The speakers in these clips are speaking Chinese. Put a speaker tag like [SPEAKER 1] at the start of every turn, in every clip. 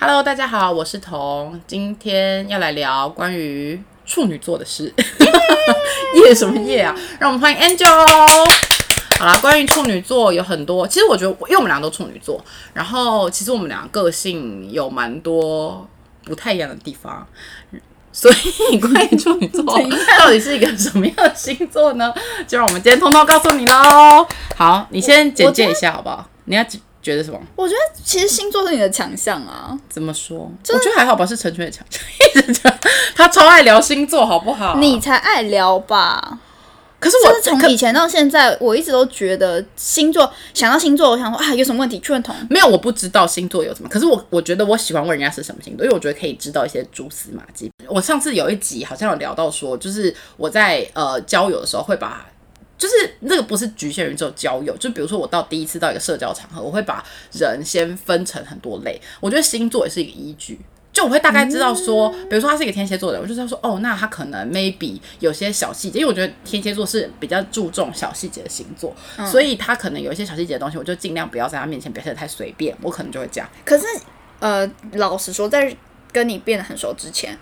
[SPEAKER 1] Hello，大家好，我是彤，今天要来聊关于处女座的事。夜什么夜啊？让我们欢迎 Angel。好啦，关于处女座有很多，其实我觉得，因为我们俩都处女座，然后其实我们俩个性有蛮多不太一样的地方，所以关于处女座到底是一个什么样的星座呢？就让我们今天通通告诉你喽。好，你先简介一下好不好？你要觉觉得什么？
[SPEAKER 2] 我觉得其实星座是你的强项啊，
[SPEAKER 1] 怎么说？我觉得还好吧，是陈全的强 项，一直讲他超爱聊星座，好不好？
[SPEAKER 2] 你才爱聊吧。
[SPEAKER 1] 可是
[SPEAKER 2] 就
[SPEAKER 1] 啊我
[SPEAKER 2] 是从
[SPEAKER 1] 可
[SPEAKER 2] 以前到现在，我一直都觉得星座，想到星座，我想说啊，有什么问题去问彤。
[SPEAKER 1] 没有，我不知道星座有什么。可是我我觉得我喜欢问人家是什么星座，因为我觉得可以知道一些蛛丝马迹。我上次有一集好像有聊到说，就是我在呃交友的时候会把。就是那个不是局限于只有交友，就比如说我到第一次到一个社交场合，我会把人先分成很多类。我觉得星座也是一个依据，就我会大概知道说，
[SPEAKER 2] 嗯
[SPEAKER 1] 比如说他是一个天蝎座的人，我就知道说，哦，那他可能 maybe 有些小细节，因为我觉得天蝎座是比较注重小细节的星座，
[SPEAKER 2] 嗯
[SPEAKER 1] 所以他可能有一些小细节的东西，我就尽量不要在他面前表现的太随便，我可能就会这样。
[SPEAKER 2] 可是呃，老实说，在跟你变得很熟之前，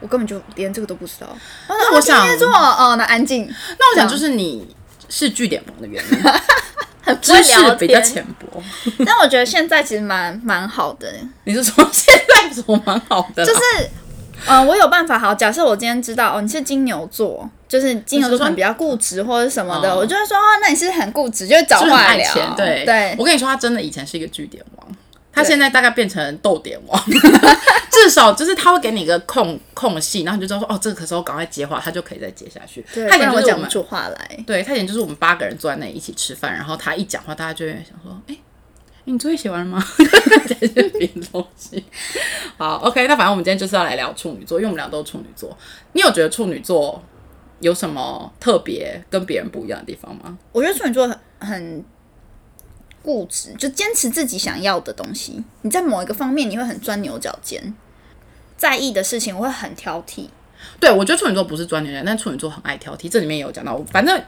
[SPEAKER 2] 我根本就连这个都不知道。
[SPEAKER 1] 那我想，
[SPEAKER 2] 星座哦，那 安静，
[SPEAKER 1] 那我想就是你是据点王的原因，
[SPEAKER 2] 不会
[SPEAKER 1] 知识
[SPEAKER 2] 聊
[SPEAKER 1] 比较
[SPEAKER 2] 天
[SPEAKER 1] 浅薄。
[SPEAKER 2] 但我觉得现在其实蛮蛮好的，欸
[SPEAKER 1] 你是说现在我蛮好的啦，
[SPEAKER 2] 就是呃，我有办法。好，假设我今天知道哦，你是金牛座，就是金牛座可能比较固执或者什么的，
[SPEAKER 1] 哦
[SPEAKER 2] 我就会说哦，那你是很固执，就会找
[SPEAKER 1] 就是很
[SPEAKER 2] 话
[SPEAKER 1] 爱
[SPEAKER 2] 聊
[SPEAKER 1] 钱。。对
[SPEAKER 2] 对，
[SPEAKER 1] 我跟你说，他真的以前是一个据点王，他
[SPEAKER 2] 对
[SPEAKER 1] 现在大概变成逗点王， 至少就是他会给你一个空空隙，然后你就知道说，哦，这个时候赶快接话，他就可以再接下去。
[SPEAKER 2] 对，
[SPEAKER 1] 他以前
[SPEAKER 2] 不然
[SPEAKER 1] 就
[SPEAKER 2] 我
[SPEAKER 1] 是我
[SPEAKER 2] 讲不
[SPEAKER 1] 们。
[SPEAKER 2] 出话来。
[SPEAKER 1] 对他以前就是我们八个人坐在那里一起吃饭，然后他一讲话，大家就会想说：“哎、你作业写完了吗？” 在这边东西。好，OK，那反正我们今天就是要来聊处女座，因为我们俩都是处女座。你有觉得处女座有什么特别跟别人不一样的地方吗？
[SPEAKER 2] 我觉得处女座很很固执，就坚持自己想要的东西。你在某一个方面，你会很钻牛角尖，在意的事情我会很挑剔。
[SPEAKER 1] 对，我觉得处女座不是专业人，但处女座很爱挑剔，这里面也有讲到。反正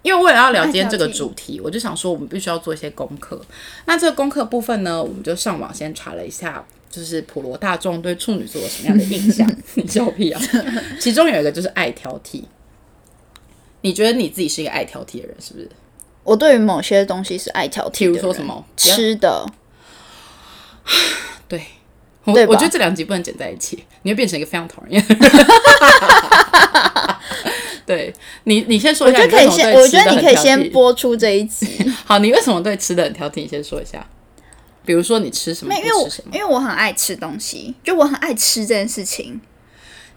[SPEAKER 1] 因为为了要聊今天这个主题，我就想说我们必须要做一些功课。那这个功课部分呢，我们就上网先查了一下，就是普罗大众对处女座有什么样的印 象？你笑屁啊！其中有一个就是爱挑剔。你觉得你自己是一个爱挑剔的人，是不是？
[SPEAKER 2] 我对于某些东西是爱挑剔的
[SPEAKER 1] 譬
[SPEAKER 2] 人，
[SPEAKER 1] 如说什么
[SPEAKER 2] 吃的，
[SPEAKER 1] 对，我
[SPEAKER 2] 对吧
[SPEAKER 1] 我觉得这两集不能剪在一起，你会变成一个非常讨人厌 的人。 对你，你先说
[SPEAKER 2] 我
[SPEAKER 1] 一下
[SPEAKER 2] 觉
[SPEAKER 1] 你
[SPEAKER 2] 得可
[SPEAKER 1] 为什
[SPEAKER 2] 以
[SPEAKER 1] 么对吃
[SPEAKER 2] 先，
[SPEAKER 1] 的很挑剔，
[SPEAKER 2] 我觉得你可以先播出这一集。
[SPEAKER 1] 好，你为什么对吃的很挑剔？你先说一下。比如说你吃什么，
[SPEAKER 2] 没有，因为我
[SPEAKER 1] 不吃什么。
[SPEAKER 2] 因为我很爱吃东西，就我很爱吃这件事情。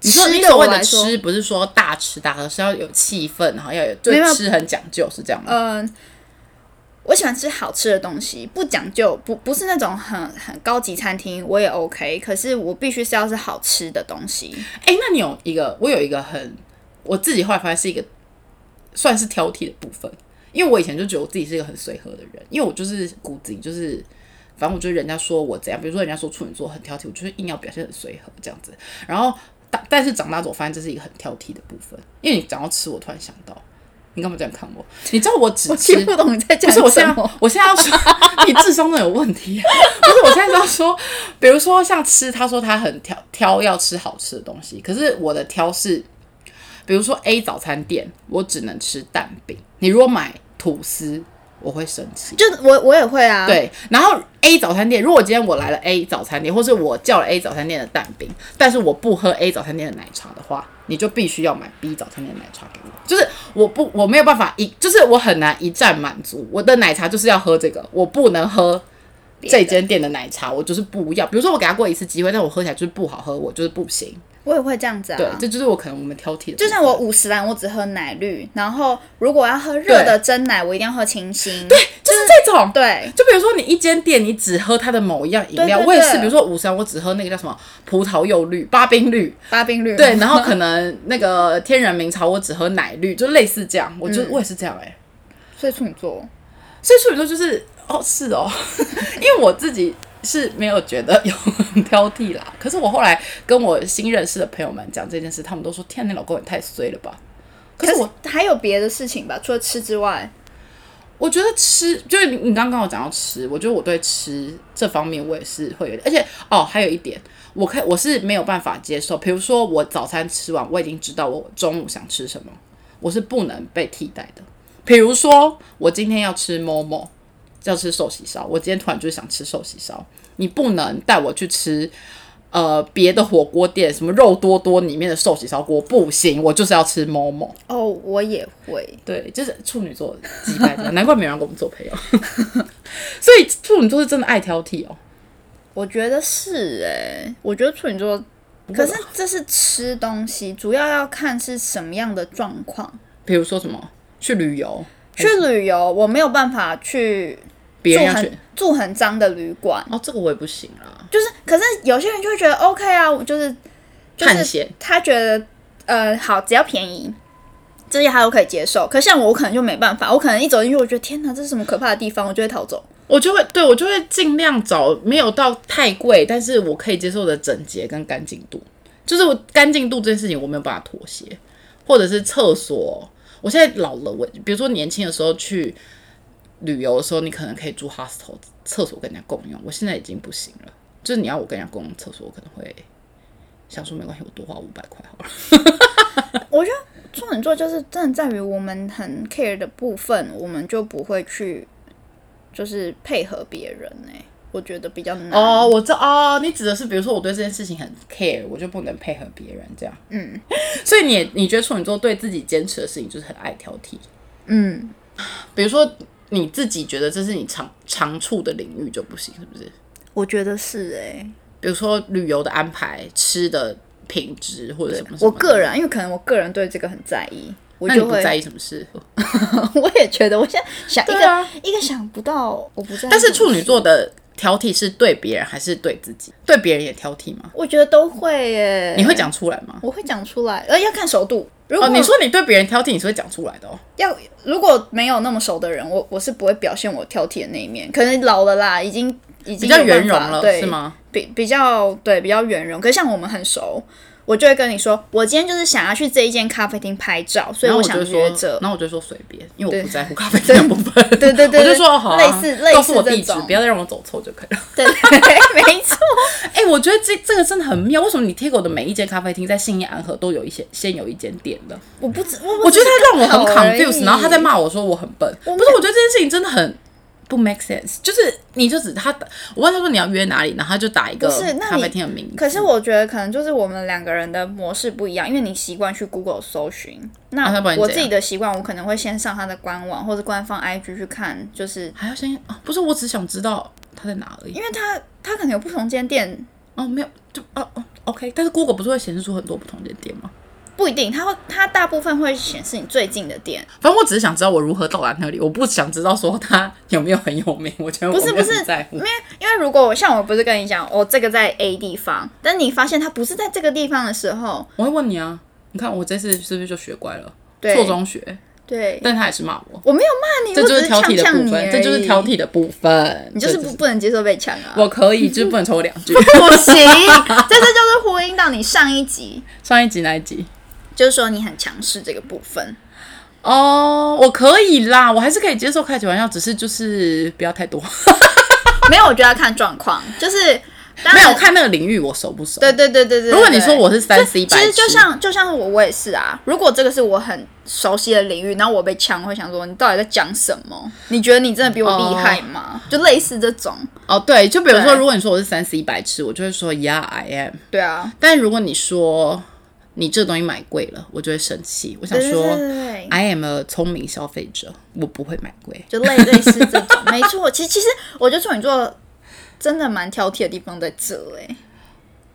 [SPEAKER 1] 你说你
[SPEAKER 2] 吃对
[SPEAKER 1] 所
[SPEAKER 2] 我
[SPEAKER 1] 谓的
[SPEAKER 2] 来说，
[SPEAKER 1] 吃，不是说大吃大喝，是要有气氛，然后要有
[SPEAKER 2] 没
[SPEAKER 1] 对
[SPEAKER 2] 有
[SPEAKER 1] 吃很讲究，是这样吗？
[SPEAKER 2] 嗯、我喜欢吃好吃的东西，不讲究，不不是那种很很高级餐厅，我也 OK。可是我必须是要是好吃的东西。
[SPEAKER 1] 哎、那你有一个，我有一个很，我自己后来发现是一个算是挑剔的部分，因为我以前就觉得我自己是一个很随和的人，因为我就是骨子里就是，反正我觉得人家说我怎样，比如说人家说处女座很挑剔，我就是硬要表现很随和这样子。然后，但但是长大之后，我发现这是一个很挑剔的部分，因为你讲到吃，我突然想到，你干嘛这样看我？你知道我只
[SPEAKER 2] 我
[SPEAKER 1] 吃
[SPEAKER 2] 听 不懂你在
[SPEAKER 1] 不
[SPEAKER 2] 讲
[SPEAKER 1] 是，我现
[SPEAKER 2] 什
[SPEAKER 1] 在
[SPEAKER 2] 么。
[SPEAKER 1] 我现在要说，你智商真的有问题、啊 不是，我现在是要说，比如说像吃，他说他很挑挑要吃好吃的东西，可是我的挑是，比如说 A 早餐店，我只能吃蛋饼，你如果买吐司，我会生气。
[SPEAKER 2] 就我我也会啊，，
[SPEAKER 1] 对，然后 A 早餐店，如果今天我来了 A 早餐店，或是我叫了 A 早餐店的蛋饼，但是我不喝 A 早餐店的奶茶的话，你就必须要买 B 早餐店的奶茶给我。就是我不我没有办法一，就是我很难一站满足。我的奶茶就是要喝这个，我不能喝这间店的奶茶，我就是不要。比如说我给他过一次机会，但我喝起来就是不好喝，我就是不行。
[SPEAKER 2] 我也会这样子啊。
[SPEAKER 1] 对，这就是我可能我们挑剔的部分。
[SPEAKER 2] 就像我五十兰，我只喝奶绿，然后如果我要喝热的真奶，我一定要喝清新。对
[SPEAKER 1] 就是这种。
[SPEAKER 2] 对，
[SPEAKER 1] 就比如说你一间店，你只喝它的某一样饮料，
[SPEAKER 2] 对对
[SPEAKER 1] 我也是，
[SPEAKER 2] 对
[SPEAKER 1] 比如说五三，我只喝那个叫什么葡萄柚绿、巴宾绿，
[SPEAKER 2] 八冰绿。
[SPEAKER 1] 对，然后可能那个天人名朝我只喝奶绿，就类似这样，我就、
[SPEAKER 2] 嗯
[SPEAKER 1] 我也是这样哎、
[SPEAKER 2] 所以处女座，
[SPEAKER 1] 所以处女座就是哦是哦， 因为我自己是没有觉得有很挑剔啦，可是我后来跟我新认识的朋友们讲这件事，他们都说天啊，你老公也太衰了吧。可
[SPEAKER 2] 可
[SPEAKER 1] 是
[SPEAKER 2] 是
[SPEAKER 1] 我
[SPEAKER 2] 还有别的事情吧，除了吃之外，
[SPEAKER 1] 我觉得吃，就是你你刚刚跟我讲到吃，我觉得我对吃这方面我也是会有点，而且哦，还有一点，我可以我是没有办法接受，比如说我早餐吃完，我已经知道我中午想吃什么，我是不能被替代的。比如说我今天要吃某某，要吃寿喜烧，我今天突然就是想吃寿喜烧，你不能带我去吃。呃，别的火锅店什么肉多多里面的寿喜烧锅不行，我就是要吃某某。
[SPEAKER 2] 哦，我也会，
[SPEAKER 1] 对，就是处女座击败的，难怪没人要跟我们做朋友。 所以处女座是真的爱挑剔哦。
[SPEAKER 2] 我觉得是哎、我觉得处女座，可是这是吃东西，主要要看是什么样的状况。
[SPEAKER 1] 比如说什么去旅游，
[SPEAKER 2] 去旅游，我没有办法去
[SPEAKER 1] 别
[SPEAKER 2] 住
[SPEAKER 1] 人要去
[SPEAKER 2] 很住很脏的旅馆，
[SPEAKER 1] 哦，这个我也不行啊啦。
[SPEAKER 2] 就是，可是有些人就会觉得 OK 啊，我就是就
[SPEAKER 1] 探
[SPEAKER 2] 是
[SPEAKER 1] 险
[SPEAKER 2] 他觉得呃好，只要便宜，这些他都可以接受。可像我，我可能就没办法，我可能一走进去，我觉得天哪，这是什么可怕的地方，我就会逃走。
[SPEAKER 1] 我就会对我就会尽量找没有到太贵，但是我可以接受的整洁跟干净度，就是我干净度这件事情我没有办法妥协，或者是厕所。我现在老了，我比如说年轻的时候去旅游的时候，你可能可以住 hostel，厕所跟人家共用。我现在已经不行了，就是你要我跟人家共用厕所，我可能会想说没关系，我多花五百块好了。
[SPEAKER 2] 我觉得处女座就是真的在于我们很 care 的部分，我们就不会去就是配合别人哎、我觉得比较难。
[SPEAKER 1] 哦，我知哦，你指的是比如说我对这件事情很 care，我就不能配合别人这样。嗯，所以你也你觉得处女座对自己坚持的事情就是很爱挑剔，
[SPEAKER 2] 嗯，
[SPEAKER 1] 比如说你自己觉得这是你长长处的领域就不行，是不是？
[SPEAKER 2] 我觉得是哎、
[SPEAKER 1] 比如说旅游的安排、吃的品质或者什么什么
[SPEAKER 2] 我个人啊因为可能我个人对这个很在意，我
[SPEAKER 1] 那你
[SPEAKER 2] 就
[SPEAKER 1] 不
[SPEAKER 2] 会
[SPEAKER 1] 在意什么事？
[SPEAKER 2] 我也觉得，我现在想一
[SPEAKER 1] 对
[SPEAKER 2] 个、
[SPEAKER 1] 啊
[SPEAKER 2] 一个想不到，我不在。
[SPEAKER 1] 但是处女，座的挑剔是对别人还是对自己？对别人也挑剔吗？
[SPEAKER 2] 我觉得都会耶。
[SPEAKER 1] 你会讲出来吗？
[SPEAKER 2] 我会讲出来，呃，要看熟度。如果、
[SPEAKER 1] 哦，你说你对别人挑剔，你是会讲出来的哦。
[SPEAKER 2] 要如果没有那么熟的人，我我是不会表现我挑剔的那一面。可能老了啦，已经已
[SPEAKER 1] 比
[SPEAKER 2] 经
[SPEAKER 1] 较
[SPEAKER 2] 有办
[SPEAKER 1] 圆融
[SPEAKER 2] 法
[SPEAKER 1] 了，
[SPEAKER 2] 对
[SPEAKER 1] 是？吗？
[SPEAKER 2] 比比较对比较圆融。可是像我们很熟，我就会跟你说，我今天就是想要去这一间咖啡厅拍照，所以
[SPEAKER 1] 然后我
[SPEAKER 2] 我
[SPEAKER 1] 就
[SPEAKER 2] 想
[SPEAKER 1] 说
[SPEAKER 2] 约，这。
[SPEAKER 1] 然后我就说随便，因为我
[SPEAKER 2] 对
[SPEAKER 1] 不在乎咖啡店的部分。
[SPEAKER 2] 对对对，
[SPEAKER 1] 我就
[SPEAKER 2] 对
[SPEAKER 1] 说哦好啊，
[SPEAKER 2] 类似类似
[SPEAKER 1] 告诉我地
[SPEAKER 2] 这
[SPEAKER 1] 址
[SPEAKER 2] 种，
[SPEAKER 1] 不要再让我走错就可以 了。
[SPEAKER 2] 对，对没错。
[SPEAKER 1] 哎、我觉得这这个真的很妙，为什么你 Tigo 的每一间咖啡厅在信义安和都有一些先有一间店的？
[SPEAKER 2] 我不知，我
[SPEAKER 1] 我觉得他让我
[SPEAKER 2] 好而
[SPEAKER 1] 很
[SPEAKER 2] 已
[SPEAKER 1] confused，然后他在骂我说我很笨。不
[SPEAKER 2] 我
[SPEAKER 1] 是，
[SPEAKER 2] 们
[SPEAKER 1] 我觉得这件事情真的很不 make sense，就是你就只他，我问他说你要约哪里，然后他就打一个
[SPEAKER 2] 不是那你
[SPEAKER 1] 咖啡厅的名字。
[SPEAKER 2] 可是我觉得可能就是我们两个人的模式不一样，因为你习惯去 Google 搜寻，
[SPEAKER 1] 啊那
[SPEAKER 2] 那
[SPEAKER 1] 不然你
[SPEAKER 2] 我
[SPEAKER 1] 怎
[SPEAKER 2] 自己
[SPEAKER 1] 样
[SPEAKER 2] 的习惯，我可能会先上他的官网或者官方 IG 去看，就是
[SPEAKER 1] 还要先哦，不是，我只想知道他在哪而已
[SPEAKER 2] 因。为他他可能有不同间店，
[SPEAKER 1] 哦，没有，就哦哦，OK，但是 Google 不是会显示出很多不同的店吗？
[SPEAKER 2] 不一定，他会他大部分会显示你最近的店，
[SPEAKER 1] 反正我只是想知道我如何到达那里，我不想知道说他有没有很有名。我觉得我
[SPEAKER 2] 不是
[SPEAKER 1] 没有
[SPEAKER 2] 不是
[SPEAKER 1] 很在乎，
[SPEAKER 2] 因为如果我像我不是跟你讲，我、这个在 A 地方，但你发现他不是在这个地方的时候，
[SPEAKER 1] 我会问你啊。你看我这次是不是就学乖了？
[SPEAKER 2] 对
[SPEAKER 1] 错中学，
[SPEAKER 2] 对，
[SPEAKER 1] 但他也是骂我，
[SPEAKER 2] 我没有骂你，
[SPEAKER 1] 这
[SPEAKER 2] 我
[SPEAKER 1] 就
[SPEAKER 2] 只
[SPEAKER 1] 是挑剔
[SPEAKER 2] 呛
[SPEAKER 1] 的
[SPEAKER 2] 呛
[SPEAKER 1] 部
[SPEAKER 2] 你而
[SPEAKER 1] 分，
[SPEAKER 2] 已，
[SPEAKER 1] 这就是挑剔的部分。
[SPEAKER 2] 你就是
[SPEAKER 1] 这
[SPEAKER 2] 不不能接受被呛啊，
[SPEAKER 1] 我可以，就是不能抽两句。
[SPEAKER 2] 不行，这这就是呼应到你上一集。
[SPEAKER 1] 上一集那一集？
[SPEAKER 2] 就是说你很强势这个部分。
[SPEAKER 1] 哦、我可以啦，我还是可以接受开起玩笑，只是就是不要太多。
[SPEAKER 2] 没有，我觉得要看状况，就是当
[SPEAKER 1] 没有
[SPEAKER 2] 然
[SPEAKER 1] 我，看那个领域我熟不熟。
[SPEAKER 2] 对对对对对。
[SPEAKER 1] 如果你
[SPEAKER 2] 对
[SPEAKER 1] 说我是三 C
[SPEAKER 2] 其
[SPEAKER 1] 白痴，
[SPEAKER 2] 实就像就像我我也是啊，如果这个是我很熟悉的领域，然后我被呛，我会想说你到底在讲什么？你觉得你真的比我厉害吗？就类似这种，
[SPEAKER 1] 哦，对，就比如说，
[SPEAKER 2] 对
[SPEAKER 1] 如果你说我是三 C 白痴，我就会说 Yeah I am。
[SPEAKER 2] 对啊，
[SPEAKER 1] 但如果你说你这东西买贵了，我就会生气。我想
[SPEAKER 2] 对对对
[SPEAKER 1] 说
[SPEAKER 2] 对对，
[SPEAKER 1] ，I am a 聪明消费者，我不会买贵。
[SPEAKER 2] 就类类似这种，没错。其实其实我觉得处女座真的蛮挑剔的地方在这哎、欸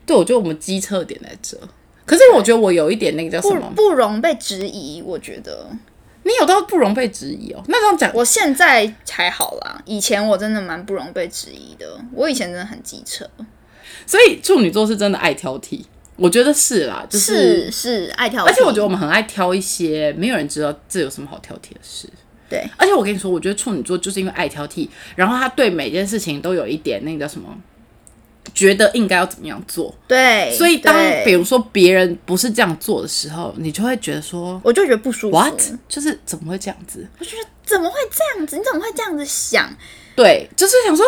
[SPEAKER 1] 对，我觉得我们机车的点在这。可是因为我觉得我有一点那个叫什
[SPEAKER 2] 不
[SPEAKER 1] 么，
[SPEAKER 2] 不容被质疑，我觉得。
[SPEAKER 1] 你有到不容被质疑哦。那这样讲，
[SPEAKER 2] 我现在还好啦，以前我真的蛮不容被质疑的。我以前真的很机车，
[SPEAKER 1] 所以处女座是真的爱挑剔，我觉得是啦，就是。
[SPEAKER 2] 是是爱挑剔，
[SPEAKER 1] 而且我觉得我们很爱挑一些没有人知道这有什么好挑剔的事。
[SPEAKER 2] 对
[SPEAKER 1] 而且我跟你说，我觉得处女座就是因为爱挑剔，然后他对每件事情都有一点那个叫什么觉得应该要怎么样做。
[SPEAKER 2] 对，
[SPEAKER 1] 所以当
[SPEAKER 2] 哎对
[SPEAKER 1] 比如说别人不是这样做的时候，你就会觉得说
[SPEAKER 2] 我就觉得不舒服
[SPEAKER 1] ，what，就是怎么会这样子？
[SPEAKER 2] 我觉得怎么会这样子？你怎么会这样子想？
[SPEAKER 1] 对，就是想说，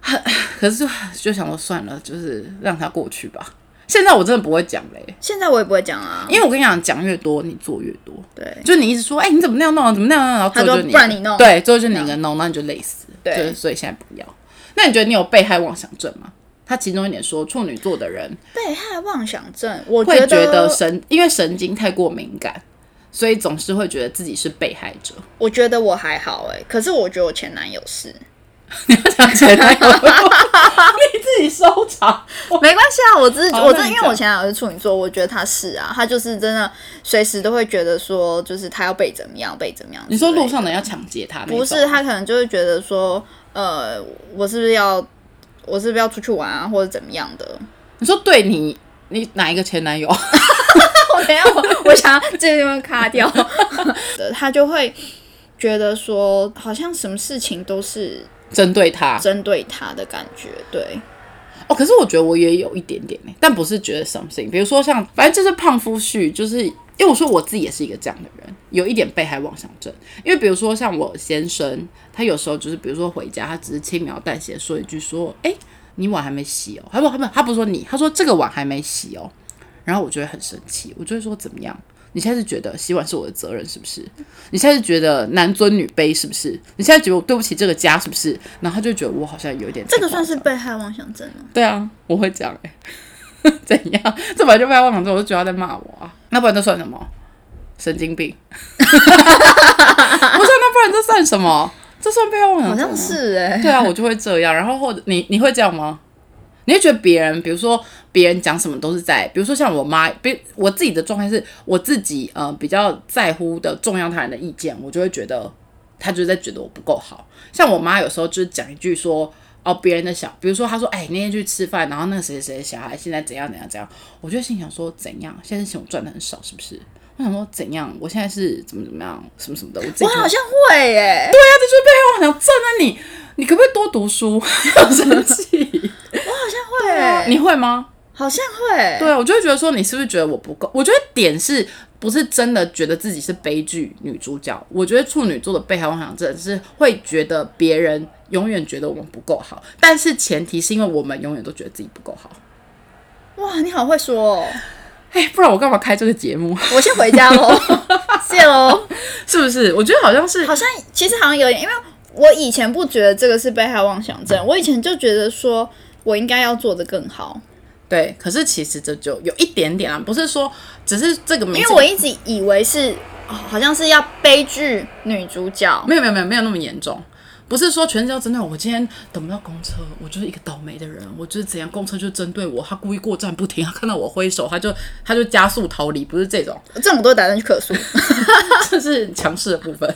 [SPEAKER 1] 很，可是就就想说算了，就是让它过去吧。现在我真的不会讲嘞、
[SPEAKER 2] 现在我也不会讲 啊，
[SPEAKER 1] 因为我跟你讲，讲越多你做越多，
[SPEAKER 2] 对
[SPEAKER 1] 就你一直说，哎、你怎么那样弄啊，怎么那样弄啊，然后最后
[SPEAKER 2] 他
[SPEAKER 1] 就
[SPEAKER 2] 说
[SPEAKER 1] 你，
[SPEAKER 2] 不然你弄
[SPEAKER 1] 对，最后就你一个弄，那你就累死，
[SPEAKER 2] 对
[SPEAKER 1] 就是所以现在不要。那你觉得你有被害妄想症吗？他其中一点说，处女座的人
[SPEAKER 2] 被害妄想症，我
[SPEAKER 1] 会
[SPEAKER 2] 觉
[SPEAKER 1] 觉得神，因为神经太过敏感，所以总是会觉得自己是被害者。
[SPEAKER 2] 我觉得我还好哎、可是我觉得我前男友是，
[SPEAKER 1] 想起来太有用， 你自己收藏。
[SPEAKER 2] 没关系啊，我只是
[SPEAKER 1] 好
[SPEAKER 2] 我
[SPEAKER 1] 那
[SPEAKER 2] 真
[SPEAKER 1] 你
[SPEAKER 2] 因为
[SPEAKER 1] 讲
[SPEAKER 2] 我前男友是处女座，我觉得他是啊，他就是真的随时都会觉得说，就是他要被怎么样被怎么样。
[SPEAKER 1] 你说路上的人要抢劫他那种？
[SPEAKER 2] 不是他可能就会觉得说，呃，我是不是要我是不是要出去玩啊，或者怎么样的？
[SPEAKER 1] 你说对你，你哪一个前男友？
[SPEAKER 2] 我没有，我想要这个地方卡掉。 他就会觉得说，好像什么事情都是
[SPEAKER 1] 针对他
[SPEAKER 2] 针对他的感觉，对。
[SPEAKER 1] 哦，可是我觉得我也有一点点呢、但不是觉得 something。比如说像，反正就是胖夫婿，就是因为我说我自己也是一个这样的人，有一点被害妄想症。因为比如说像我先生，他有时候就是比如说回家，他只是轻描淡写说一句说，哎、你碗还没洗哦，他不他不他不说你，他说这个碗还没洗哦，然后我就会很生气，我就会说怎么样？你现在是觉得洗碗是我的责任是不是？你现在是觉得男尊女卑是不是？你现在觉得我对不起这个家是不是？然后他就觉得我好像有一点太
[SPEAKER 2] 这个算
[SPEAKER 1] 夸
[SPEAKER 2] 是
[SPEAKER 1] 张
[SPEAKER 2] 被害妄想症吗？
[SPEAKER 1] 对啊，我会讲哎、欸， 怎样？这本来就被他妄想症，我就觉得他在骂我啊，那不然这算什么？神经病！ 不是，那不然这算什么？这算被害妄想
[SPEAKER 2] 好
[SPEAKER 1] 症吗？
[SPEAKER 2] 像是哎、
[SPEAKER 1] 对啊，我就会这样。然后或者你你会这样吗？你会觉得别人，比如说别人讲什么都是在，比如说像我妈，比我自己的状态是我自己呃比较在乎的重要他人的意见，我就会觉得她就是在觉得我不够好。像我妈有时候就是讲一句说哦别人的小，比如说她说哎那天去吃饭，然后那个谁谁谁的小孩现在怎样怎样怎样，我就心想说怎样，现在是嫌我赚的很少是不是？我想说怎样，我现在是怎么怎么样什么什么的，我自己
[SPEAKER 2] 我
[SPEAKER 1] 觉得
[SPEAKER 2] 好像会哎、
[SPEAKER 1] 对啊，这就是被 害妄想症啊！你你可不可以多读书？ 好生气，
[SPEAKER 2] 会欸、
[SPEAKER 1] 你会吗？
[SPEAKER 2] 好像会，欸
[SPEAKER 1] 对，我就会觉得说你是不是觉得我不够？我觉得点是不是真的觉得自己是悲剧女主角？我觉得处女座的被害妄想症是会觉得别人永远觉得我们不够好，但是前提是因为我们永远都觉得自己不够好。
[SPEAKER 2] 哇，你好会说哦！
[SPEAKER 1] 哎，不然我干嘛开这个节目？
[SPEAKER 2] 我先回家喽， 谢喽。
[SPEAKER 1] 是不是？我觉得好像是
[SPEAKER 2] 好像其实好像有点，因为我以前不觉得这个是被害妄想症，我以前就觉得说我应该要做的更好，
[SPEAKER 1] 对，可是其实这就有一点点啊，不是说只是这个名字，
[SPEAKER 2] 因为我一直以为是、哦好像是要悲剧女主角，
[SPEAKER 1] 没有没有没有没有那么严重，不是说全是要针对我。我今天等不到公车，我就是一个倒霉的人，我就是怎样，公车就针对我，他故意过站不停，他看到我挥手，他就他就加速逃离，不是这种，
[SPEAKER 2] 这种我都打算去可诉。
[SPEAKER 1] 这是强势的部分，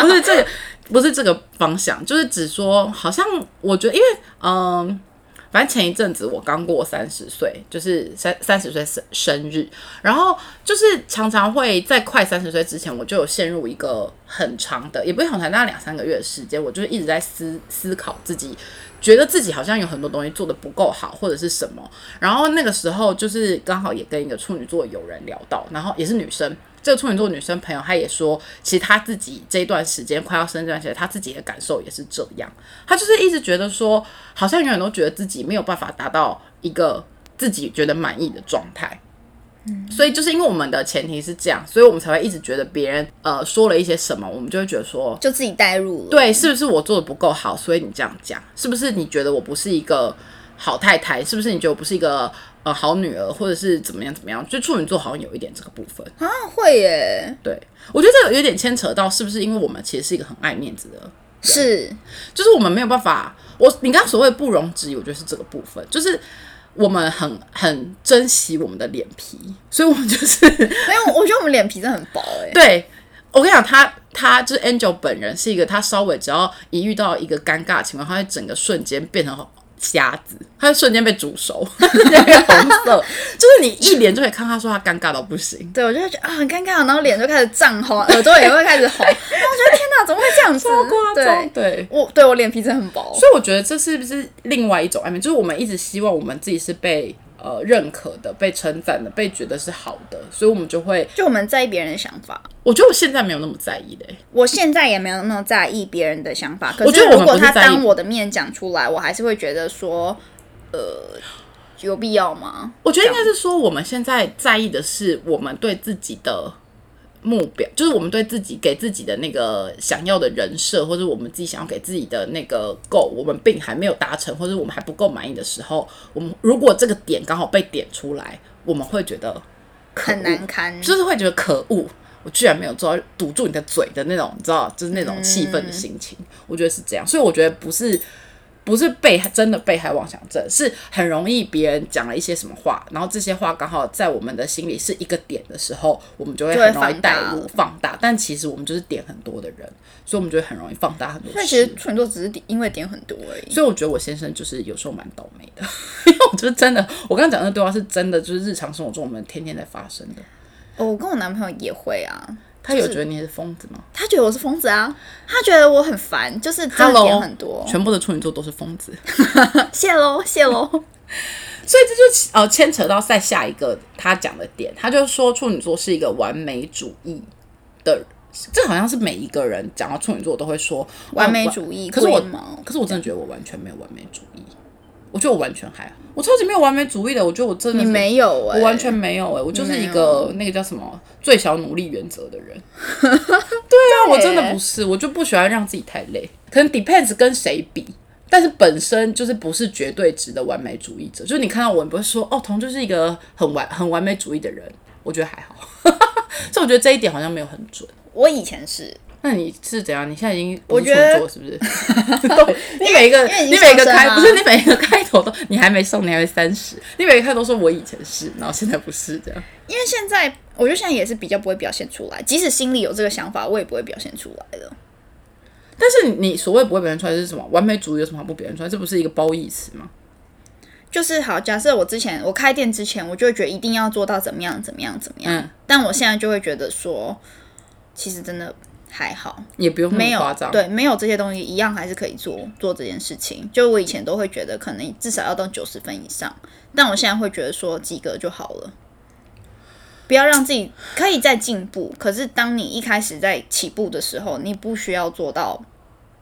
[SPEAKER 1] 不是这个不是这个方向，就是只说好像我觉得，因为嗯。反正前一阵子我刚过三十岁，就是三三十岁生生日，然后就是常常会在快三十岁之前，我就有陷入一个很长的，也不是很长，大概两三个月的时间，我就是一直在思思考自己，觉得自己好像有很多东西做的不够好，或者是什么。然后那个时候就是刚好也跟一个处女座友人聊到，然后也是女生。这个处女座女生朋友，她也说，其实她自己这段时间快要生这段时间，她自己的感受也是这样。她就是一直觉得说，好像永远都觉得自己没有办法达到一个自己觉得满意的状态。所以就是因为我们的前提是这样，所以我们才会一直觉得别人呃说了一些什么，我们就会觉得说，
[SPEAKER 2] 就自己带入了。，
[SPEAKER 1] 对，是不是我做的不够好，所以你这样讲，是不是你觉得我不是一个好太太，是不是你觉得我不是一个呃好女儿，或者是怎么样怎么样？就处女座好像有一点这个部分，
[SPEAKER 2] 啊，会耶，
[SPEAKER 1] 对我觉得这个有点牵扯到是不是因为我们其实是一个很爱面子的
[SPEAKER 2] 是
[SPEAKER 1] 就是我们没有办法，我你刚刚所谓不容置疑，我觉得是这个部分，就是我们很很珍惜我们的脸皮，所以我们就是
[SPEAKER 2] 没有，我觉得我们脸皮真的很薄哎。
[SPEAKER 1] 对我跟你讲，他他就是 Angel 本人是一个，他稍微只要一遇到一个尴尬的情况，他会整个瞬间变成虾子，它就瞬间被煮熟， 瞬间变红色，就是你一脸就可以看他说他尴尬到不行。
[SPEAKER 2] 对，我就会觉得啊很尴尬，然后脸就开始涨红，耳朵也会开 始红，然后我觉得天哪，怎么会这样子？对，
[SPEAKER 1] 对，
[SPEAKER 2] 我对我脸皮真的很薄，
[SPEAKER 1] 所以我觉得这是不是另外一种暧昧？就是我们一直希望我们自己是被呃认可的、被称赞的、被觉得是好的，所以我们就会，
[SPEAKER 2] 就我们在意别人的想法。
[SPEAKER 1] 我觉得我现在没有那么在意嘞、欸
[SPEAKER 2] 我现在也没有那么在意别人的想法，可
[SPEAKER 1] 我觉
[SPEAKER 2] 是
[SPEAKER 1] 得我
[SPEAKER 2] 如
[SPEAKER 1] 们
[SPEAKER 2] 果
[SPEAKER 1] 不是
[SPEAKER 2] 他
[SPEAKER 1] 在意
[SPEAKER 2] 当我的面讲出来，我还是会觉得说，呃，有必要吗？
[SPEAKER 1] 我觉得应该是说，我们现在在意的是我们对自己的目标，就是我们对自己给自己的那个想要的人设，或者我们自己想要给自己的那个 goal，我们并还没有达成，或者我们还不够满意的时候，我们如果这个点刚好被点出来，我们会觉得可恶
[SPEAKER 2] 很难堪，
[SPEAKER 1] 就是会觉得可恶，我居然没有做到堵住你的嘴的那种，你知道，就是那种气愤
[SPEAKER 2] 嗯
[SPEAKER 1] 的心情。我觉得是这样，所以我觉得不是不是被真的被害妄想症，是很容易别人讲了一些什么话，然后这些话刚好在我们的心里是一个点的时候，我们就会
[SPEAKER 2] 就会
[SPEAKER 1] 很容易
[SPEAKER 2] 放
[SPEAKER 1] 带
[SPEAKER 2] 大
[SPEAKER 1] 入
[SPEAKER 2] 了
[SPEAKER 1] 放大，但其实我们就是点很多的人，所以我们就会很容易放大很多
[SPEAKER 2] 所以其
[SPEAKER 1] 事
[SPEAKER 2] 实。处女座只是点因为点很多而已。
[SPEAKER 1] 所以我觉得我先生就是有时候蛮倒霉的，因为我觉得真的，我刚刚讲的对话是真的，就是日常生活中我们天天在发生的。
[SPEAKER 2] 哦，我跟我男朋友也会啊，
[SPEAKER 1] 他有觉得你是疯子吗？
[SPEAKER 2] 他觉得我是疯子啊，他觉得我很烦，就是真的点很多。
[SPEAKER 1] 全部的处女座都是疯子，
[SPEAKER 2] 谢喽，谢喽。
[SPEAKER 1] 所以这就呃牵扯到再下一个他讲的点，他就说处女座是一个完美主义的，这好像是每一个人讲到处女座都会说
[SPEAKER 2] 完美
[SPEAKER 1] 义。
[SPEAKER 2] 主义，
[SPEAKER 1] 可是我
[SPEAKER 2] 龟毛，
[SPEAKER 1] 可是我真的觉得我完全没有完美主义，我觉得我完全还好，我超级没有完美主义的，我觉得我真的
[SPEAKER 2] 你
[SPEAKER 1] 是
[SPEAKER 2] 没有哎、
[SPEAKER 1] 我完全没有哎、我就是一个那个叫什么最小努力原则的 人。对啊，我真的不是，我就不喜欢让自己太累。可能 depends 跟谁比，但是本身就是不是绝对值的完美主义者。就是你看到我，你不会说哦，彤就是一个很完很完美主义的人，我觉得还好。 所以我觉得这一点好像没有很准。
[SPEAKER 2] 我以前是，
[SPEAKER 1] 那你是怎样？你现在已经不是
[SPEAKER 2] 我觉
[SPEAKER 1] 处女
[SPEAKER 2] 得
[SPEAKER 1] 座是不是？ 对，你每一个
[SPEAKER 2] 因为已
[SPEAKER 1] 你
[SPEAKER 2] 经
[SPEAKER 1] 每一个
[SPEAKER 2] 上升啊
[SPEAKER 1] 开
[SPEAKER 2] 啦
[SPEAKER 1] 不是你每一个开头都你还没上，你还没三十，你每一个开头说我以前是，然后现在不是这样。
[SPEAKER 2] 因为现在我觉得现在也是比较不会表现出来，即使心里有这个想法，我也不会表现出来的。
[SPEAKER 1] 但是你所谓不会表现出来是什么？完美主义有什么好不表现出来？这不是一个褒义词吗？
[SPEAKER 2] 就是好，假设我之前我开店之前，我就会觉得一定要做到怎么样怎么样怎么样，
[SPEAKER 1] 嗯
[SPEAKER 2] 但我现在就会觉得说，其实真的还好，
[SPEAKER 1] 也不用那
[SPEAKER 2] 没
[SPEAKER 1] 么
[SPEAKER 2] 有
[SPEAKER 1] 夸张。，
[SPEAKER 2] 对，没有这些东西一样还是可以做做这件事情。就我以前都会觉得可能至少要到九十分以上，但我现在会觉得说及格就好了，不要让自己可以再进步。可是当你一开始在起步的时候，你不需要做到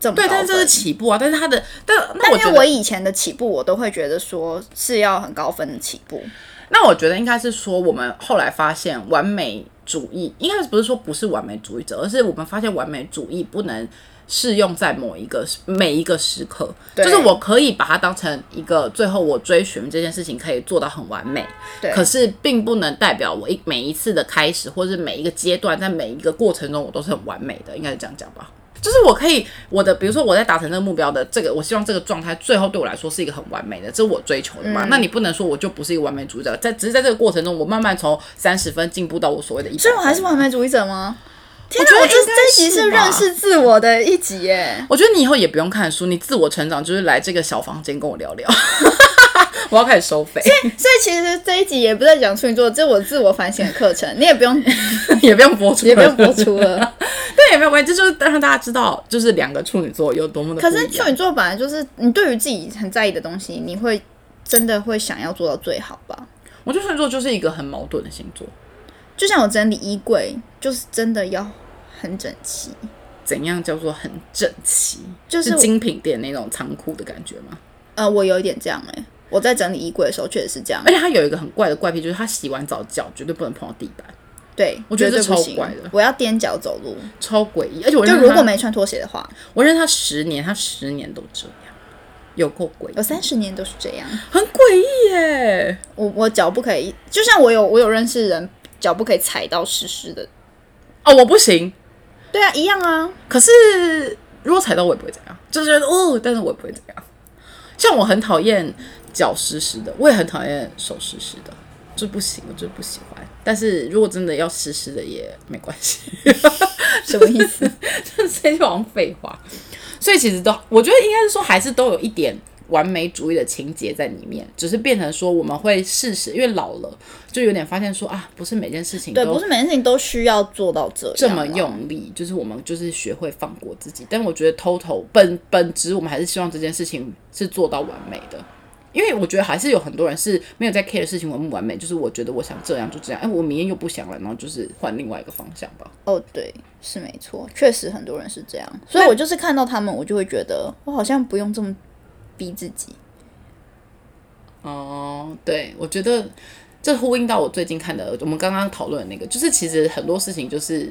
[SPEAKER 2] 这么
[SPEAKER 1] 对，
[SPEAKER 2] 高
[SPEAKER 1] 但是这是
[SPEAKER 2] 分
[SPEAKER 1] 起步啊。但是他的，但那我觉
[SPEAKER 2] 但因
[SPEAKER 1] 得
[SPEAKER 2] 为我以前的起步，我都会觉得说是要很高分的起步，
[SPEAKER 1] 那我觉得应该是说，我们后来发现完美主义，应该不是说不是完美主义者，而是我们发现完美主义不能适用在某一个每一个时刻。
[SPEAKER 2] 对
[SPEAKER 1] 就是我可以把它当成一个最后我追寻这件事情可以做到很完美，
[SPEAKER 2] 对
[SPEAKER 1] 可是并不能代表我一每一次的开始，或是每一个阶段，在每一个过程中我都是很完美的，应该是这样讲吧。就是我可以我的，比如说我在达成这个目标的这个，我希望这个状态最后对我来说是一个很完美的，这是我追求的嘛。那你不能说我就不是一个完美主义者，在只是在这个过程中，我慢慢从三十分进步到我所谓的一，
[SPEAKER 2] 所以我还是完。美主义者吗？天哪，
[SPEAKER 1] 觉得
[SPEAKER 2] 我这
[SPEAKER 1] 应该
[SPEAKER 2] 这一集
[SPEAKER 1] 是
[SPEAKER 2] 是
[SPEAKER 1] 吧
[SPEAKER 2] 认识自我的一集耶。
[SPEAKER 1] 我觉得你以后也不用看书，你自我成长就是来这个小房间跟我聊 聊。我要开始收费，
[SPEAKER 2] 所以其实这一集也不在讲处女座，这是我自我反省的课 程，你也不用
[SPEAKER 1] 也不用播出，
[SPEAKER 2] 也不用播出 了。
[SPEAKER 1] 但也没有关系，这就是让大家知道，就是两个处女座有多么的
[SPEAKER 2] 可
[SPEAKER 1] 不
[SPEAKER 2] 是
[SPEAKER 1] 一
[SPEAKER 2] 处
[SPEAKER 1] 样
[SPEAKER 2] 女座本来就是你对于自己很在意的东西，你会真的会想要做到最好吧？
[SPEAKER 1] 我觉得处女座就是一个很矛盾的星座，
[SPEAKER 2] 就像我整理衣柜，就是真的要很整齐。
[SPEAKER 1] 怎样叫做很整齐？
[SPEAKER 2] 就是
[SPEAKER 1] 是精品店那种仓库的感觉吗？
[SPEAKER 2] 呃，我有一点这样哎、我在整理衣柜的时候确实是这样
[SPEAKER 1] 而，且他有一个很怪的怪癖，就是他洗完澡脚绝对不能碰到地板，
[SPEAKER 2] 对，
[SPEAKER 1] 我觉得
[SPEAKER 2] 绝对
[SPEAKER 1] 这超
[SPEAKER 2] 不行
[SPEAKER 1] 怪的
[SPEAKER 2] 我要踮脚走路，
[SPEAKER 1] 超诡异。而且我
[SPEAKER 2] 就
[SPEAKER 1] 认识
[SPEAKER 2] 如果
[SPEAKER 1] 他，
[SPEAKER 2] 没穿拖鞋的话，
[SPEAKER 1] 我认识他十年，他十年都这样，有够诡
[SPEAKER 2] 有
[SPEAKER 1] 异，
[SPEAKER 2] 三十年都是这样。
[SPEAKER 1] 很诡异耶。
[SPEAKER 2] 我我脚不可以，就像我有我有认识人脚不可以踩到湿湿的，
[SPEAKER 1] 哦，我不行，
[SPEAKER 2] 对啊，一样啊。
[SPEAKER 1] 可是如果踩到我也不会怎样，就是觉得哦，但是我也不会怎样。像我很讨厌脚湿湿的，我也很讨厌手湿湿的，就不行，我就不喜欢。但是如果真的要湿湿的也没关系，
[SPEAKER 2] 什么意 思？
[SPEAKER 1] 这些就好像废话。所以其实都，我觉得应该是说还是都有一点完美主义的情节在里面，只是变成说我们会事实，因为老了就有点发现说啊，不是每件事情
[SPEAKER 2] 对，不
[SPEAKER 1] 都
[SPEAKER 2] 是每件事情都需要做到这样啊
[SPEAKER 1] 这么
[SPEAKER 2] 啦
[SPEAKER 1] 用力，就是我们就是学会放过自己。但我觉得偷偷本本质，我们还是希望这件事情是做到完美的。因为我觉得还是有很多人是没有在 care 事情完不完美，就是我觉得我想这样就这样，哎，我明天又不想了，然后就是换另外一个方向吧。
[SPEAKER 2] 哦，对，是没错，确实很多人是这样，所以我就是看到他们，我就会觉得我好像不用这么逼自己。
[SPEAKER 1] 哦，对，我觉得这呼应到我最近看的，我们刚刚讨论的那个，就是其实很多事情就是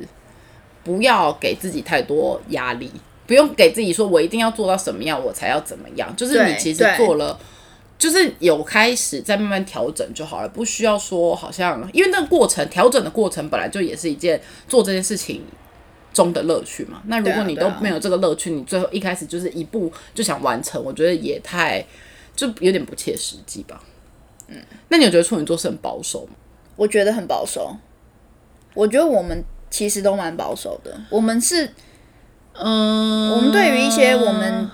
[SPEAKER 1] 不要给自己太多压力，不用给自己说我一定要做到什么样，我才要怎么样。就是你
[SPEAKER 2] 对
[SPEAKER 1] 其实
[SPEAKER 2] 对
[SPEAKER 1] 做了，就是有开始再慢慢调整就好了，不需要说好像因为那个过程调整的过程本来就也是一件做这件事情。中的乐趣嘛，那如
[SPEAKER 2] 对啊
[SPEAKER 1] 果你
[SPEAKER 2] 对
[SPEAKER 1] 都
[SPEAKER 2] 啊
[SPEAKER 1] 没有这个乐趣，你最后一开始就是一步就想完成，我觉得也太就有点不切实际吧。嗯，那你有觉得处女座是很保守吗？
[SPEAKER 2] 我觉得很保守，我觉得我们其实都蛮保守的，我们是，嗯，我们对于一些我们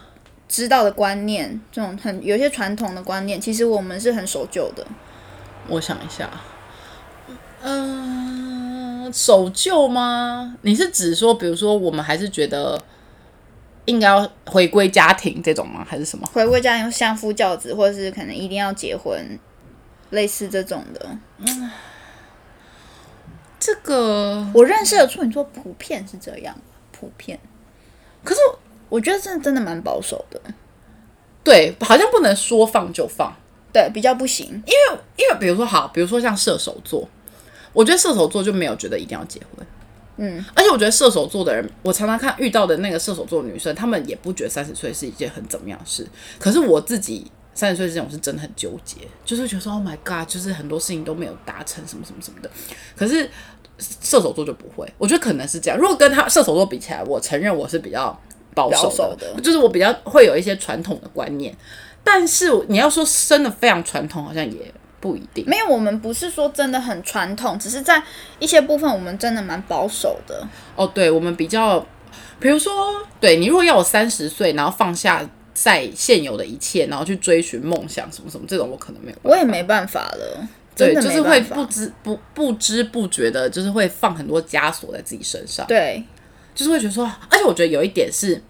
[SPEAKER 2] 知道的观念，这种很有一些传统的观念，其实我们是很守旧的。
[SPEAKER 1] 我想一下，嗯、守旧吗？你是指说，比如说我们还是觉得应该要回归家庭这种吗？还是什么？
[SPEAKER 2] 回归家庭，相夫教子，或者是可能一定要结婚，类似这种的。
[SPEAKER 1] 这个
[SPEAKER 2] 我认识的处女座普遍是这样，普遍。
[SPEAKER 1] 可是
[SPEAKER 2] 我觉得真的真的蛮保守的，
[SPEAKER 1] 对，好像不能说放就放，
[SPEAKER 2] 对，比较不行。因为
[SPEAKER 1] 因为比如说好，比如说像射手座，我觉得射手座就没有觉得一定要结婚。嗯，而且我觉得射手座的人，我常常看遇到的那个射手座女生，她们也不觉得三十岁是一件很怎么样的事。可是我自己三十岁这种是真的很纠结，就是觉得说 Oh my God，就是很多事情都没有达成，什么什么什么的。可是射手座就不会，我觉得可能是这样。如果跟他射手座比起来，我承认我是比较保守
[SPEAKER 2] 保守的
[SPEAKER 1] 就是我比较会有一些传统的观念。但是你要说真的非常传统，好像也不一定。
[SPEAKER 2] 没有，我们不是说真的很传统，只是在一些部分我们真的蛮保守的。
[SPEAKER 1] 哦，对，我们比较，比如说，对你如果要我三十岁，然后放下在现有的一切，然后去追寻梦想什么什么，这种我可能没有办法。
[SPEAKER 2] 我也没办法了，
[SPEAKER 1] 对，
[SPEAKER 2] 真的
[SPEAKER 1] 就是
[SPEAKER 2] 没
[SPEAKER 1] 会
[SPEAKER 2] 办法。
[SPEAKER 1] 不知不不知不觉的，就是会放很多枷锁在自己身上。
[SPEAKER 2] 对
[SPEAKER 1] 就是会觉得说，而且我觉得有一点是，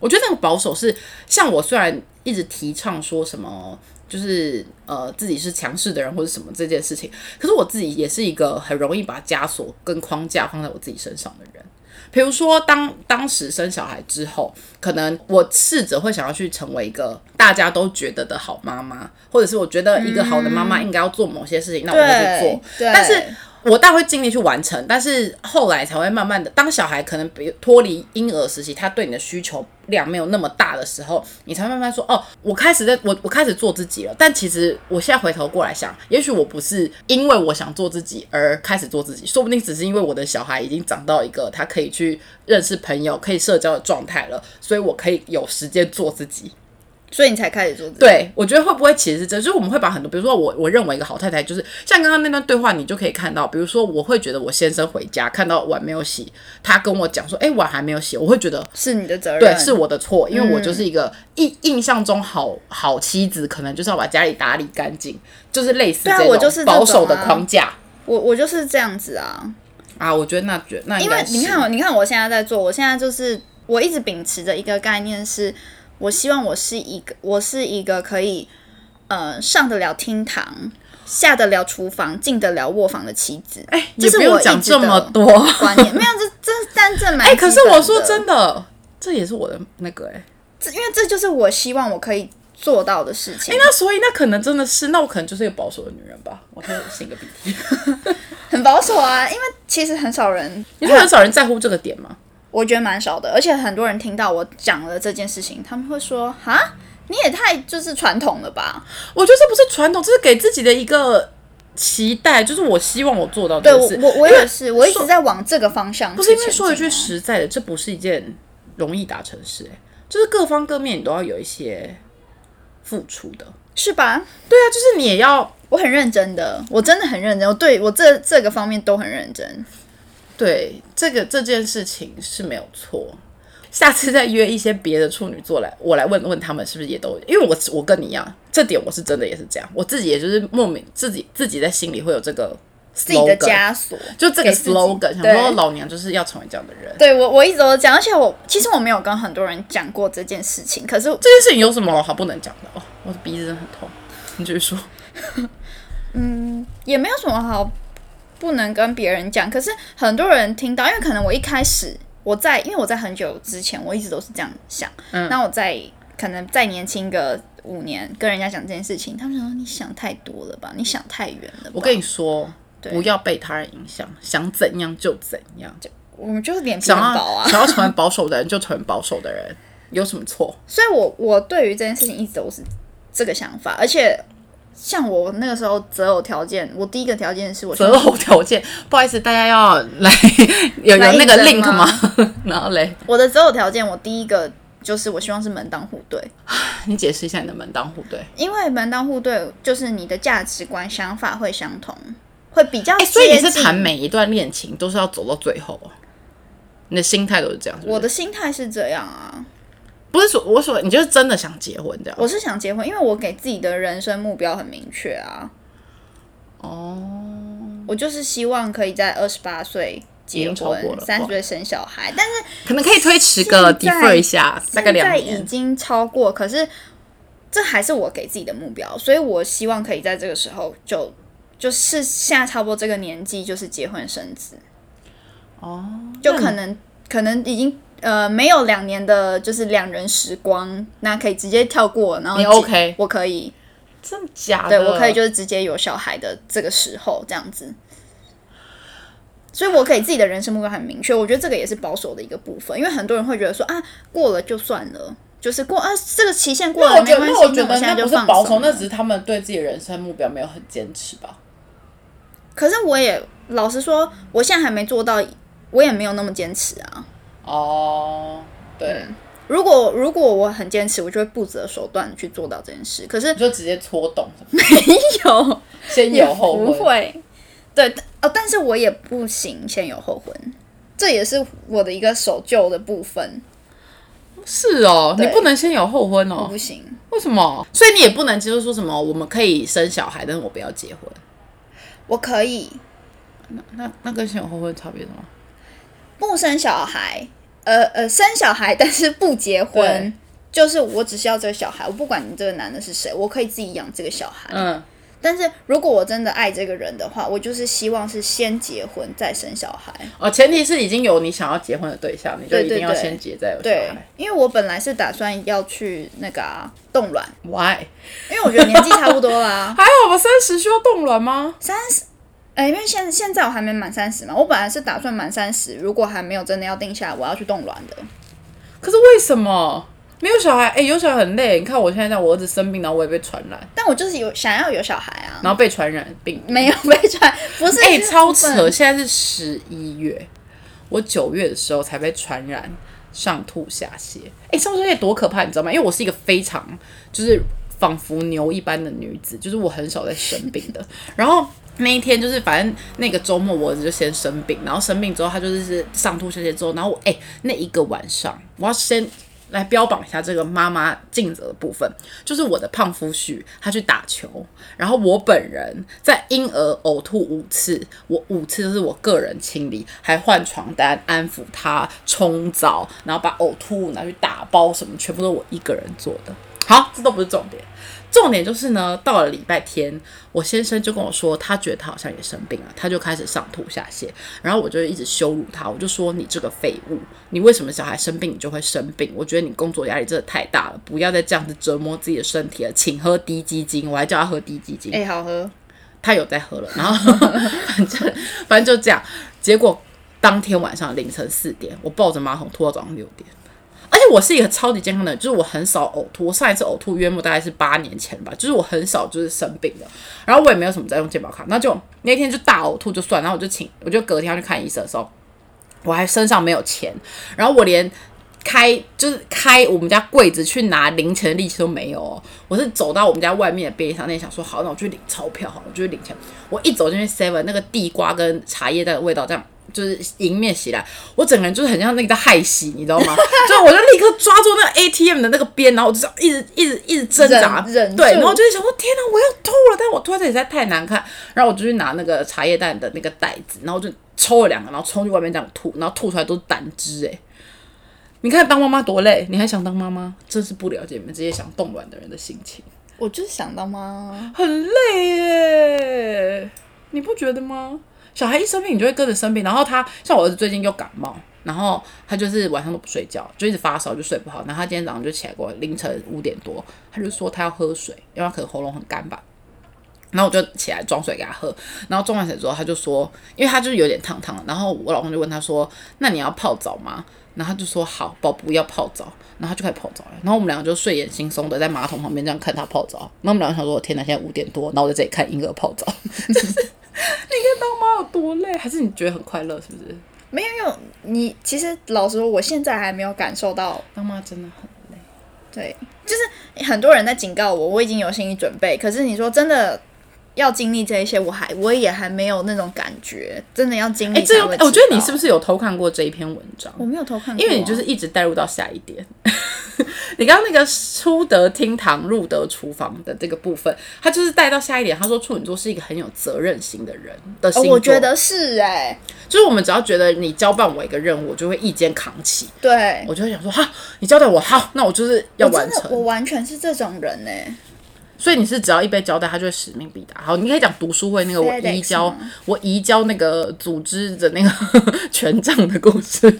[SPEAKER 1] 我觉得那个保守是，像我虽然一直提倡说什么，就是呃自己是强势的人或者什么这件事情，可是我自己也是一个很容易把枷锁跟框架放在我自己身上的人。比如说当当时生小孩之后，可能我试着会想要去成为一个大家都觉得的好妈妈，或者是我觉得一个好的妈妈应该要做某些事情，那我就去做
[SPEAKER 2] 对。，对
[SPEAKER 1] 但是我当然会尽力去完成，但是后来才会慢慢的，当小孩可能比脱离婴儿时期，他对你的需求量没有那么大的时候，你才会慢慢说，哦，我开始在我我开始做自己了。但其实我现在回头过来想，也许我不是因为我想做自己而开始做自己，说不定只是因为我的小孩已经长到一个他可以去认识朋友、可以社交的状态了，所以我可以有时间做自己。
[SPEAKER 2] 所以你才开始做自己。
[SPEAKER 1] 对，我觉得会不会其实是这，就是我们会把很多，比如说我我认为一个好太太，就是像刚刚那段对话，你就可以看到，比如说我会觉得我先生回家看到碗没有洗，他跟我讲说，哎、碗还没有洗，我会觉得
[SPEAKER 2] 是你的责任。
[SPEAKER 1] 对是我的错，因为我就是一个印印象中好好妻子，可能就是要把家里打理干净，就是类似
[SPEAKER 2] 对啊
[SPEAKER 1] 这
[SPEAKER 2] 我就
[SPEAKER 1] 种
[SPEAKER 2] 是这
[SPEAKER 1] 保
[SPEAKER 2] 种
[SPEAKER 1] 守的
[SPEAKER 2] 啊
[SPEAKER 1] 框架
[SPEAKER 2] 我我就是这样子啊。
[SPEAKER 1] 啊，我觉得那觉那应
[SPEAKER 2] 因为
[SPEAKER 1] 该是
[SPEAKER 2] 你看我，啊哦你看我现在在做，我现在就是我一直秉持着一个概念是，我希望我是一个，我是一个可以呃上得了厅堂，下得了厨房，进得了卧房的妻子。哎、
[SPEAKER 1] 你
[SPEAKER 2] 这是
[SPEAKER 1] 不用
[SPEAKER 2] 我一
[SPEAKER 1] 讲
[SPEAKER 2] 直
[SPEAKER 1] 这
[SPEAKER 2] 的
[SPEAKER 1] 么 多，
[SPEAKER 2] 观念，没有这这但这蛮
[SPEAKER 1] 哎、可是
[SPEAKER 2] 基本
[SPEAKER 1] 我说
[SPEAKER 2] 的
[SPEAKER 1] 真的，这也是我的那个哎、
[SPEAKER 2] 这因为这就是我希望我可以做到的事情，
[SPEAKER 1] 哎那所以那可能真的是，那我可能就是一个保守的女人吧，我可以擤个鼻 涕。
[SPEAKER 2] 很保守啊。因为其实很少人，
[SPEAKER 1] 你是很少人在乎这个点吗？
[SPEAKER 2] 我觉得蛮少的，而且很多人听到我讲了这件事情，他们会说哈。你也太就是传统了吧？
[SPEAKER 1] 我觉得这不是传统，这是给自己的一个期待，就是我希望我做到
[SPEAKER 2] 对
[SPEAKER 1] 这
[SPEAKER 2] 我
[SPEAKER 1] 件事。
[SPEAKER 2] 我我
[SPEAKER 1] 因为
[SPEAKER 2] 也是，我一
[SPEAKER 1] 说
[SPEAKER 2] 直在往这个方向去
[SPEAKER 1] 不
[SPEAKER 2] 前进啊。
[SPEAKER 1] 是因为说一句实在的，这不是一件容易达成的事、欸，就是各方各面你都要有一些付出的。
[SPEAKER 2] 是吧？
[SPEAKER 1] 对啊，就是你也要
[SPEAKER 2] 我很认真的，我真的很认真，我对我这这个方面都很认真。
[SPEAKER 1] 对这个这件事情是没有错。下次再约一些别的处女座来，我来问问他们是不是也都，因为我我跟你一样，这点我是真的也是这样，我自己也就是莫名自己自己在心里会有这个
[SPEAKER 2] 自己的
[SPEAKER 1] slogan
[SPEAKER 2] 枷锁。
[SPEAKER 1] 就这个
[SPEAKER 2] 给自己
[SPEAKER 1] slogan，想
[SPEAKER 2] 对
[SPEAKER 1] 说老娘就是要成为这样的人。
[SPEAKER 2] 对我，我一直都讲，而且我其实我没有跟很多人讲过这件事情，可是
[SPEAKER 1] 这件事情有什么好不能讲的？哦，我的鼻子真的很痛。你继续说，
[SPEAKER 2] 也没有什么好不能跟别人讲。可是很多人听到，因为可能我一开始我在，因为我在很久之前我一直都是这样想，
[SPEAKER 1] 嗯
[SPEAKER 2] 那我在可能再年轻个五年，跟人家讲这件事情，他们想说你想太多了吧，你想太远了吧。
[SPEAKER 1] 我跟你说，
[SPEAKER 2] 对
[SPEAKER 1] 不要被他人影响，想怎样就怎样。
[SPEAKER 2] 我们就是脸皮很
[SPEAKER 1] 想
[SPEAKER 2] 薄
[SPEAKER 1] 要
[SPEAKER 2] 啊，
[SPEAKER 1] 想要成为保守的人就成为保守的人，有什么错？
[SPEAKER 2] 所以我我对于这件事情一直都是这个想法，而且。像我那个时候择偶条件，我第一个条件是我希望
[SPEAKER 1] 择偶条件， 不好意思，大家要来 有有
[SPEAKER 2] 来
[SPEAKER 1] 那个
[SPEAKER 2] 应征
[SPEAKER 1] link
[SPEAKER 2] 吗
[SPEAKER 1] 吗？ 然后嘞，
[SPEAKER 2] 我的择偶条件，我第一个就是我希望是门当户对，
[SPEAKER 1] 你解释一下你的门当户对。
[SPEAKER 2] 因为门当户对就是你的价值观、想法会相同，会比较
[SPEAKER 1] 哎、
[SPEAKER 2] 接近。
[SPEAKER 1] 所以你是谈每一段恋情都是要走到最后哦，你的心态都是这样是不是
[SPEAKER 2] 我的心态是这样啊，
[SPEAKER 1] 不是说我说你就是真的想结婚这样。
[SPEAKER 2] 我是想结婚，因为我给自己的人生目标很明确啊，
[SPEAKER 1] 哦，
[SPEAKER 2] 我就是希望可以在二十八岁
[SPEAKER 1] 已
[SPEAKER 2] 结
[SPEAKER 1] 经超过
[SPEAKER 2] 婚，
[SPEAKER 1] 了
[SPEAKER 2] 三十岁生小孩，但是
[SPEAKER 1] 可能可以推迟个
[SPEAKER 2] 现在
[SPEAKER 1] defer 一下，大概
[SPEAKER 2] 现
[SPEAKER 1] 两
[SPEAKER 2] 在已
[SPEAKER 1] 年。
[SPEAKER 2] 经超过，可是这还是我给自己的目标，所以我希望可以在这个时候就就是现在差不多这个年纪，就是结婚生子。哦，就可能可能已经呃没有两年的，就是两人时光，那可以直接跳过，然后
[SPEAKER 1] 你
[SPEAKER 2] 结
[SPEAKER 1] OK
[SPEAKER 2] 我可以，
[SPEAKER 1] 真的假
[SPEAKER 2] 啊对
[SPEAKER 1] 的？
[SPEAKER 2] 我可以就是直接有小孩的这个时候这样子。所以，我给自己的人生目标很明确，我觉得这个也是保守的一个部分，因为很多人会觉得说啊，过了就算了，就是过啊，这个期限过
[SPEAKER 1] 那
[SPEAKER 2] 了
[SPEAKER 1] 我
[SPEAKER 2] 没
[SPEAKER 1] 觉
[SPEAKER 2] 关
[SPEAKER 1] 得，
[SPEAKER 2] 系，
[SPEAKER 1] 那我觉
[SPEAKER 2] 我
[SPEAKER 1] 得
[SPEAKER 2] 现
[SPEAKER 1] 那
[SPEAKER 2] 在就
[SPEAKER 1] 不是
[SPEAKER 2] 放
[SPEAKER 1] 保守，
[SPEAKER 2] 手。
[SPEAKER 1] 那只是他们对自己的人生目标没有很坚持吧。
[SPEAKER 2] 可是我也老实说，我现在还没做到，我也没有那么坚持啊。嗯
[SPEAKER 1] 哦，对，
[SPEAKER 2] 如果如果我很坚持，我就会不择手段地去做到这件事。可是
[SPEAKER 1] 你就直接戳懂什么，
[SPEAKER 2] 有
[SPEAKER 1] 先
[SPEAKER 2] 也
[SPEAKER 1] 有 后
[SPEAKER 2] 不
[SPEAKER 1] 悔。
[SPEAKER 2] 会，对但哦，但是我也不行，先有后婚，这也是我的一个守旧的部分，
[SPEAKER 1] 是哦，你
[SPEAKER 2] 对
[SPEAKER 1] 不能先有后婚
[SPEAKER 2] 我
[SPEAKER 1] 哦
[SPEAKER 2] 不？行。
[SPEAKER 1] 为什么？所以你也不能接受说什么我们可以生小孩，但是我不要结婚。
[SPEAKER 2] 我可以
[SPEAKER 1] 那那跟先有后婚差别什么？
[SPEAKER 2] 不生小孩，呃呃，生小孩，但是不结婚
[SPEAKER 1] 对，
[SPEAKER 2] 就是我只需要这个小孩，我不管你这个男的是谁，我可以自己养这个小孩。
[SPEAKER 1] 嗯，
[SPEAKER 2] 但是如果我真的爱这个人的话，我就是希望是先结婚再生小孩。
[SPEAKER 1] 哦，前提是已经有你想要结婚的对象，你就
[SPEAKER 2] 对
[SPEAKER 1] 一定
[SPEAKER 2] 对
[SPEAKER 1] 要
[SPEAKER 2] 对
[SPEAKER 1] 先结再有小
[SPEAKER 2] 对
[SPEAKER 1] 孩。，
[SPEAKER 2] 因为我本来是打算要去那个、啊、冻卵，
[SPEAKER 1] Why？。
[SPEAKER 2] 因为我觉得年纪差不多啊啦
[SPEAKER 1] 还好吧，三十需要冻卵吗？
[SPEAKER 2] 三十，哎，因为现现在我还没满三十嘛，我本来是打算满三十，如果还没有真的要定下来，我要去冻卵的。
[SPEAKER 1] 可是为什么没有小孩？哎、有小孩很累。你看我现在这样，我儿子生病，然后我也被传染，
[SPEAKER 2] 但我就是有想要有小孩啊，
[SPEAKER 1] 然后被传染病。
[SPEAKER 2] 没有 被传，不是
[SPEAKER 1] 哎、
[SPEAKER 2] 是
[SPEAKER 1] 超
[SPEAKER 2] 部分
[SPEAKER 1] 扯！现在是十一月，我九月的时候才被传染上吐下泻。哎、上吐下泻多可怕，你知道吗？因为我是一个非常就是仿佛牛一般的女子，就是我很少在生病的。然后那一天就是，反正那个周末我儿子就先生病，然后生病之后他就是上吐下泻之后，然后我哎、那一个晚上我要先。来标榜一下这个妈妈尽责的部分，就是我的胖夫婿他去打球，然后我本人在婴儿呕吐五次，我五次都是我个人清理，还换床单、安抚他、冲澡，然后把呕吐物拿去打包，什么全部都我一个人做的。好，这都不是重点，重点就是呢，到了礼拜天，我先生就跟我说，他觉得他好像也生病了，他就开始上吐下泻，然后我就一直羞辱他，我就说你这个废物，你为什么小孩生病你就会生病？我觉得你工作压力真的太大了，不要再这样子折磨自己的身体了，请喝低基精，我还叫他喝低基精，
[SPEAKER 2] 哎、好喝，
[SPEAKER 1] 他有在喝了，然后 反正反正就这样，结果当天晚上凌晨四点，我抱着马桶吐到早上六点。而且我是一个超级健康的人，就是我很少呕吐。我上一次呕吐约莫大概是八年前吧，就是我很少就是生病的，然后我也没有什么在用健保卡，那就那天就大呕吐就算，然后我就请我就隔天要去看医生的时候，我还身上没有钱，然后我连开就是开我们家柜子去拿零钱的力气都没有哦。我是走到我们家外面的便利商店，想说好，那我去领钞票好了，我就去领钱。我一走进去 Seven，那个地瓜跟茶叶蛋的味道这样就是迎面袭来，我整个人就是很像那个害喜，你知道 吗？所以我就立刻抓住那个 ATM 的那个边，然后我就这样一直一直一直挣扎，
[SPEAKER 2] 忍忍
[SPEAKER 1] 对，
[SPEAKER 2] 住
[SPEAKER 1] 然后我就想说天哪，我要吐了，但我吐的实在太难看，然后我就去拿那个茶叶蛋的那个袋子，然后就抽了两个，然后冲去外面这样吐，然后吐出来都是胆汁哎、你看当妈妈多累，你还想当妈妈？真是不了解你们这些想冻卵的人的心情，
[SPEAKER 2] 我就是想到吗？
[SPEAKER 1] 很累耶，你不觉得吗？小孩一生病，你就会跟着生病。然后他像我儿子最近又感冒，然后他就是晚上都不睡觉，就一直发烧，就睡不好。然后他今天早上就起来过，凌晨五点多，他就说他要喝水，因为他可能喉咙很干吧。然后我就起来装水给他喝，然后装完水之后，他就说，因为他就是有点烫烫的，然后我老公就问他说：“那你要泡澡吗？”然后他就说：“好，宝不要泡澡。”然后他就开始泡澡了，然后我们两个就睡眼惺忪的在马桶旁边这样看他泡澡。然后我们两个想说：“天哪，现在五点多，然后我在这里看婴儿 泡澡，就是你看当妈有多累，还是你觉得很快乐？是不是？
[SPEAKER 2] 没有，因为你其实老实说，我现在还没有感受到
[SPEAKER 1] 当妈真的很累。
[SPEAKER 2] 对，就是很多人在警告我，我已经有心理准备。可是你说真的要经历这一些，我还我也还没有那种感觉，真的要经历
[SPEAKER 1] 哎、
[SPEAKER 2] 才
[SPEAKER 1] 这有，
[SPEAKER 2] 会知道。
[SPEAKER 1] 我觉得你是不是有偷看过这一篇文章？
[SPEAKER 2] 我没有偷看过啊、
[SPEAKER 1] 因为你就是一直带入到下一点。 你刚刚那个出得厅堂，入得厨房的这个部分，他就是带到下一点。他说处女座是一个很有责任心的人的
[SPEAKER 2] 哦
[SPEAKER 1] 星座，
[SPEAKER 2] 我觉得是哎、
[SPEAKER 1] 就是我们只要觉得你交办我一个任务，我就会一肩扛起。
[SPEAKER 2] 对，
[SPEAKER 1] 我就会想说，哈，你交代我好，那我就是要
[SPEAKER 2] 我
[SPEAKER 1] 完
[SPEAKER 2] 真的我
[SPEAKER 1] 成。
[SPEAKER 2] 完全是这种人哎、
[SPEAKER 1] 所以你是只要一被交代，他就会使命必达。好，你可以讲读书会那个我
[SPEAKER 2] FedEx
[SPEAKER 1] 移交
[SPEAKER 2] 吗，
[SPEAKER 1] 我移交那个组织的那个 权杖的故事。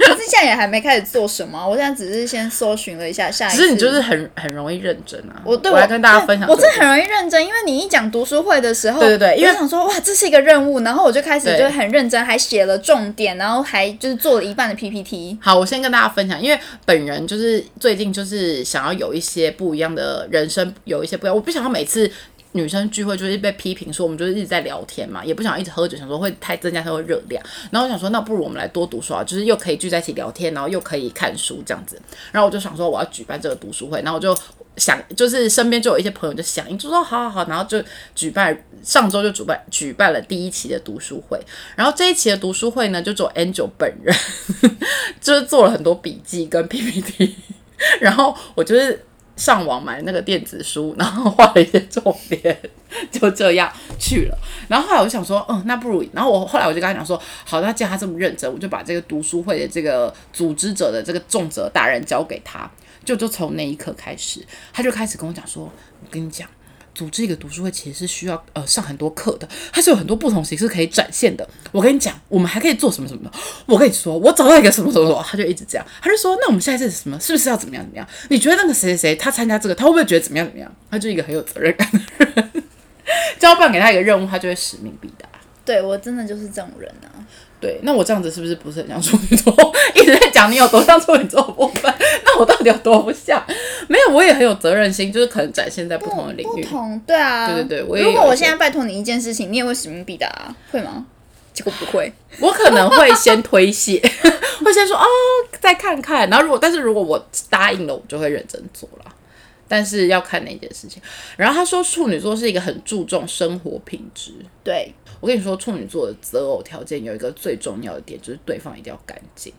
[SPEAKER 2] 可是现在也还没开始做什么，我现在只是先搜寻了一下下一
[SPEAKER 1] 只
[SPEAKER 2] 次。
[SPEAKER 1] 是你就是很很容易认真啊。
[SPEAKER 2] 我对
[SPEAKER 1] 我来跟大家分享
[SPEAKER 2] 对
[SPEAKER 1] 这个，
[SPEAKER 2] 我真的很容易认真，因为你一讲读书会的时候，
[SPEAKER 1] 对对对因为
[SPEAKER 2] 我就想说哇，这是一个任务，然后我就开始
[SPEAKER 1] 对
[SPEAKER 2] 就很认真，还写了重点，然后还就是做了一半的 PPT。
[SPEAKER 1] 好，我先跟大家分享，因为本人就是最近就是想要有一些不一样的人生，有一些不一样，我不想要每次。女生聚会就是被批评说我们就是一直在聊天嘛，也不想一直喝酒，想说会太增加社会热量。然后我想说，那不如我们来多读书啊，就是又可以聚在一起聊天，然后又可以看书这样子。然后我就想说我要举办这个读书会，然后我就想就是身边就有一些朋友就响应，就说好好好，然后就举办上周就举办举办了第一期的读书会。然后这一期的读书会呢，就只有 Angel 本人，就是做了很多笔记跟 PPT，然 后我就是上网买那个电子书，然后画了一些重点，就这样去了。然后后来我就想说，嗯，那不如，然后我后来我就跟他讲说，好，那既然他这么认真，我就把这个读书会的这个呃组织者的这个重责大任交给他。就就从那一刻开始，他就开始跟我讲说，我跟你讲。组织一个读书会其实是需要呃上很多课的，它是有很多不同形式可以展现的。我跟你讲，我们还可以做什么什么的。我跟你说，我找到一个什么什么什么，他就一直这样，他就说，那我们下一次什么是不是要怎么样怎么样？你觉得那个谁谁谁他参加这个，他会不会觉得怎么样怎么样？他就一个很有责任感的人，交办给他一个任务，他就会使命必达。
[SPEAKER 2] 对我真的就是这种人啊，
[SPEAKER 1] 对，那我这样子是不是不是很像处女座？一直在讲你有多像处女座的部分，那我到底有多不像？没有，我也很有责任心，就是可能展现在不同的领
[SPEAKER 2] 不
[SPEAKER 1] 域。
[SPEAKER 2] 同，对啊，
[SPEAKER 1] 对对对我也
[SPEAKER 2] 如果
[SPEAKER 1] 有一
[SPEAKER 2] 我
[SPEAKER 1] 些
[SPEAKER 2] 现在拜托你一件事情，你也会使命必达、啊，会吗？结果不 会，
[SPEAKER 1] 我可能会先推卸， 会先说哦，再看看。然后如果但是如果我答应了，我就会认真做了。但是要看那件事情。然后他说处女座是一个很注重生活品质。
[SPEAKER 2] 对，
[SPEAKER 1] 我跟你说，处女座的择偶条件有一个最重要的点，就是对方一定要干净。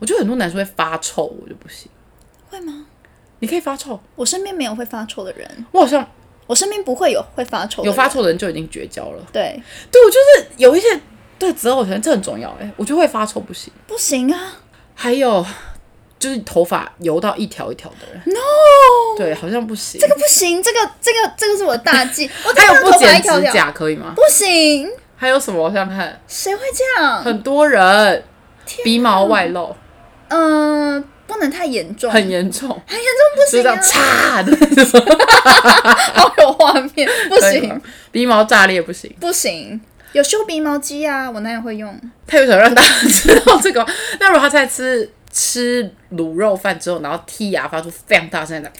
[SPEAKER 1] 我觉得很多男生会发臭，我就不行。
[SPEAKER 2] 会吗？
[SPEAKER 1] 你可以发臭，
[SPEAKER 2] 我身边没有会发臭的人，
[SPEAKER 1] 我好像
[SPEAKER 2] 我身边不会有会发臭的
[SPEAKER 1] 有
[SPEAKER 2] 人，
[SPEAKER 1] 发臭的人就已经绝交了。
[SPEAKER 2] 对，
[SPEAKER 1] 对，我就是有一些对择偶条件这很重要、欸。哎，我觉得会发臭不行。
[SPEAKER 2] 不行啊
[SPEAKER 1] 还有就是头发油到一条一条的人，
[SPEAKER 2] ，no，
[SPEAKER 1] 对，好像不行。
[SPEAKER 2] 哦这个不行，这个这个这个是我的大 忌，我
[SPEAKER 1] 还
[SPEAKER 2] 这
[SPEAKER 1] 有
[SPEAKER 2] 样
[SPEAKER 1] 不
[SPEAKER 2] 头发
[SPEAKER 1] 剪
[SPEAKER 2] 一条
[SPEAKER 1] 指
[SPEAKER 2] 条，
[SPEAKER 1] 甲可以吗？
[SPEAKER 2] 不行，
[SPEAKER 1] 还有什么？我想想看，
[SPEAKER 2] 谁会这样？
[SPEAKER 1] 很多人
[SPEAKER 2] 啊
[SPEAKER 1] 鼻毛外露
[SPEAKER 2] 嗯、不能太严重，
[SPEAKER 1] 很严重，
[SPEAKER 2] 很严重不
[SPEAKER 1] 就
[SPEAKER 2] 行
[SPEAKER 1] 这样
[SPEAKER 2] 啊，
[SPEAKER 1] 嚓的，
[SPEAKER 2] 好有画 面，不行，
[SPEAKER 1] 鼻毛炸裂不行。
[SPEAKER 2] 不行，有修鼻毛机啊，我男友会用，
[SPEAKER 1] 他有想让大家知道这个， 那如果他在吃吃卤肉饭之后，然后剔牙发出非常大声的，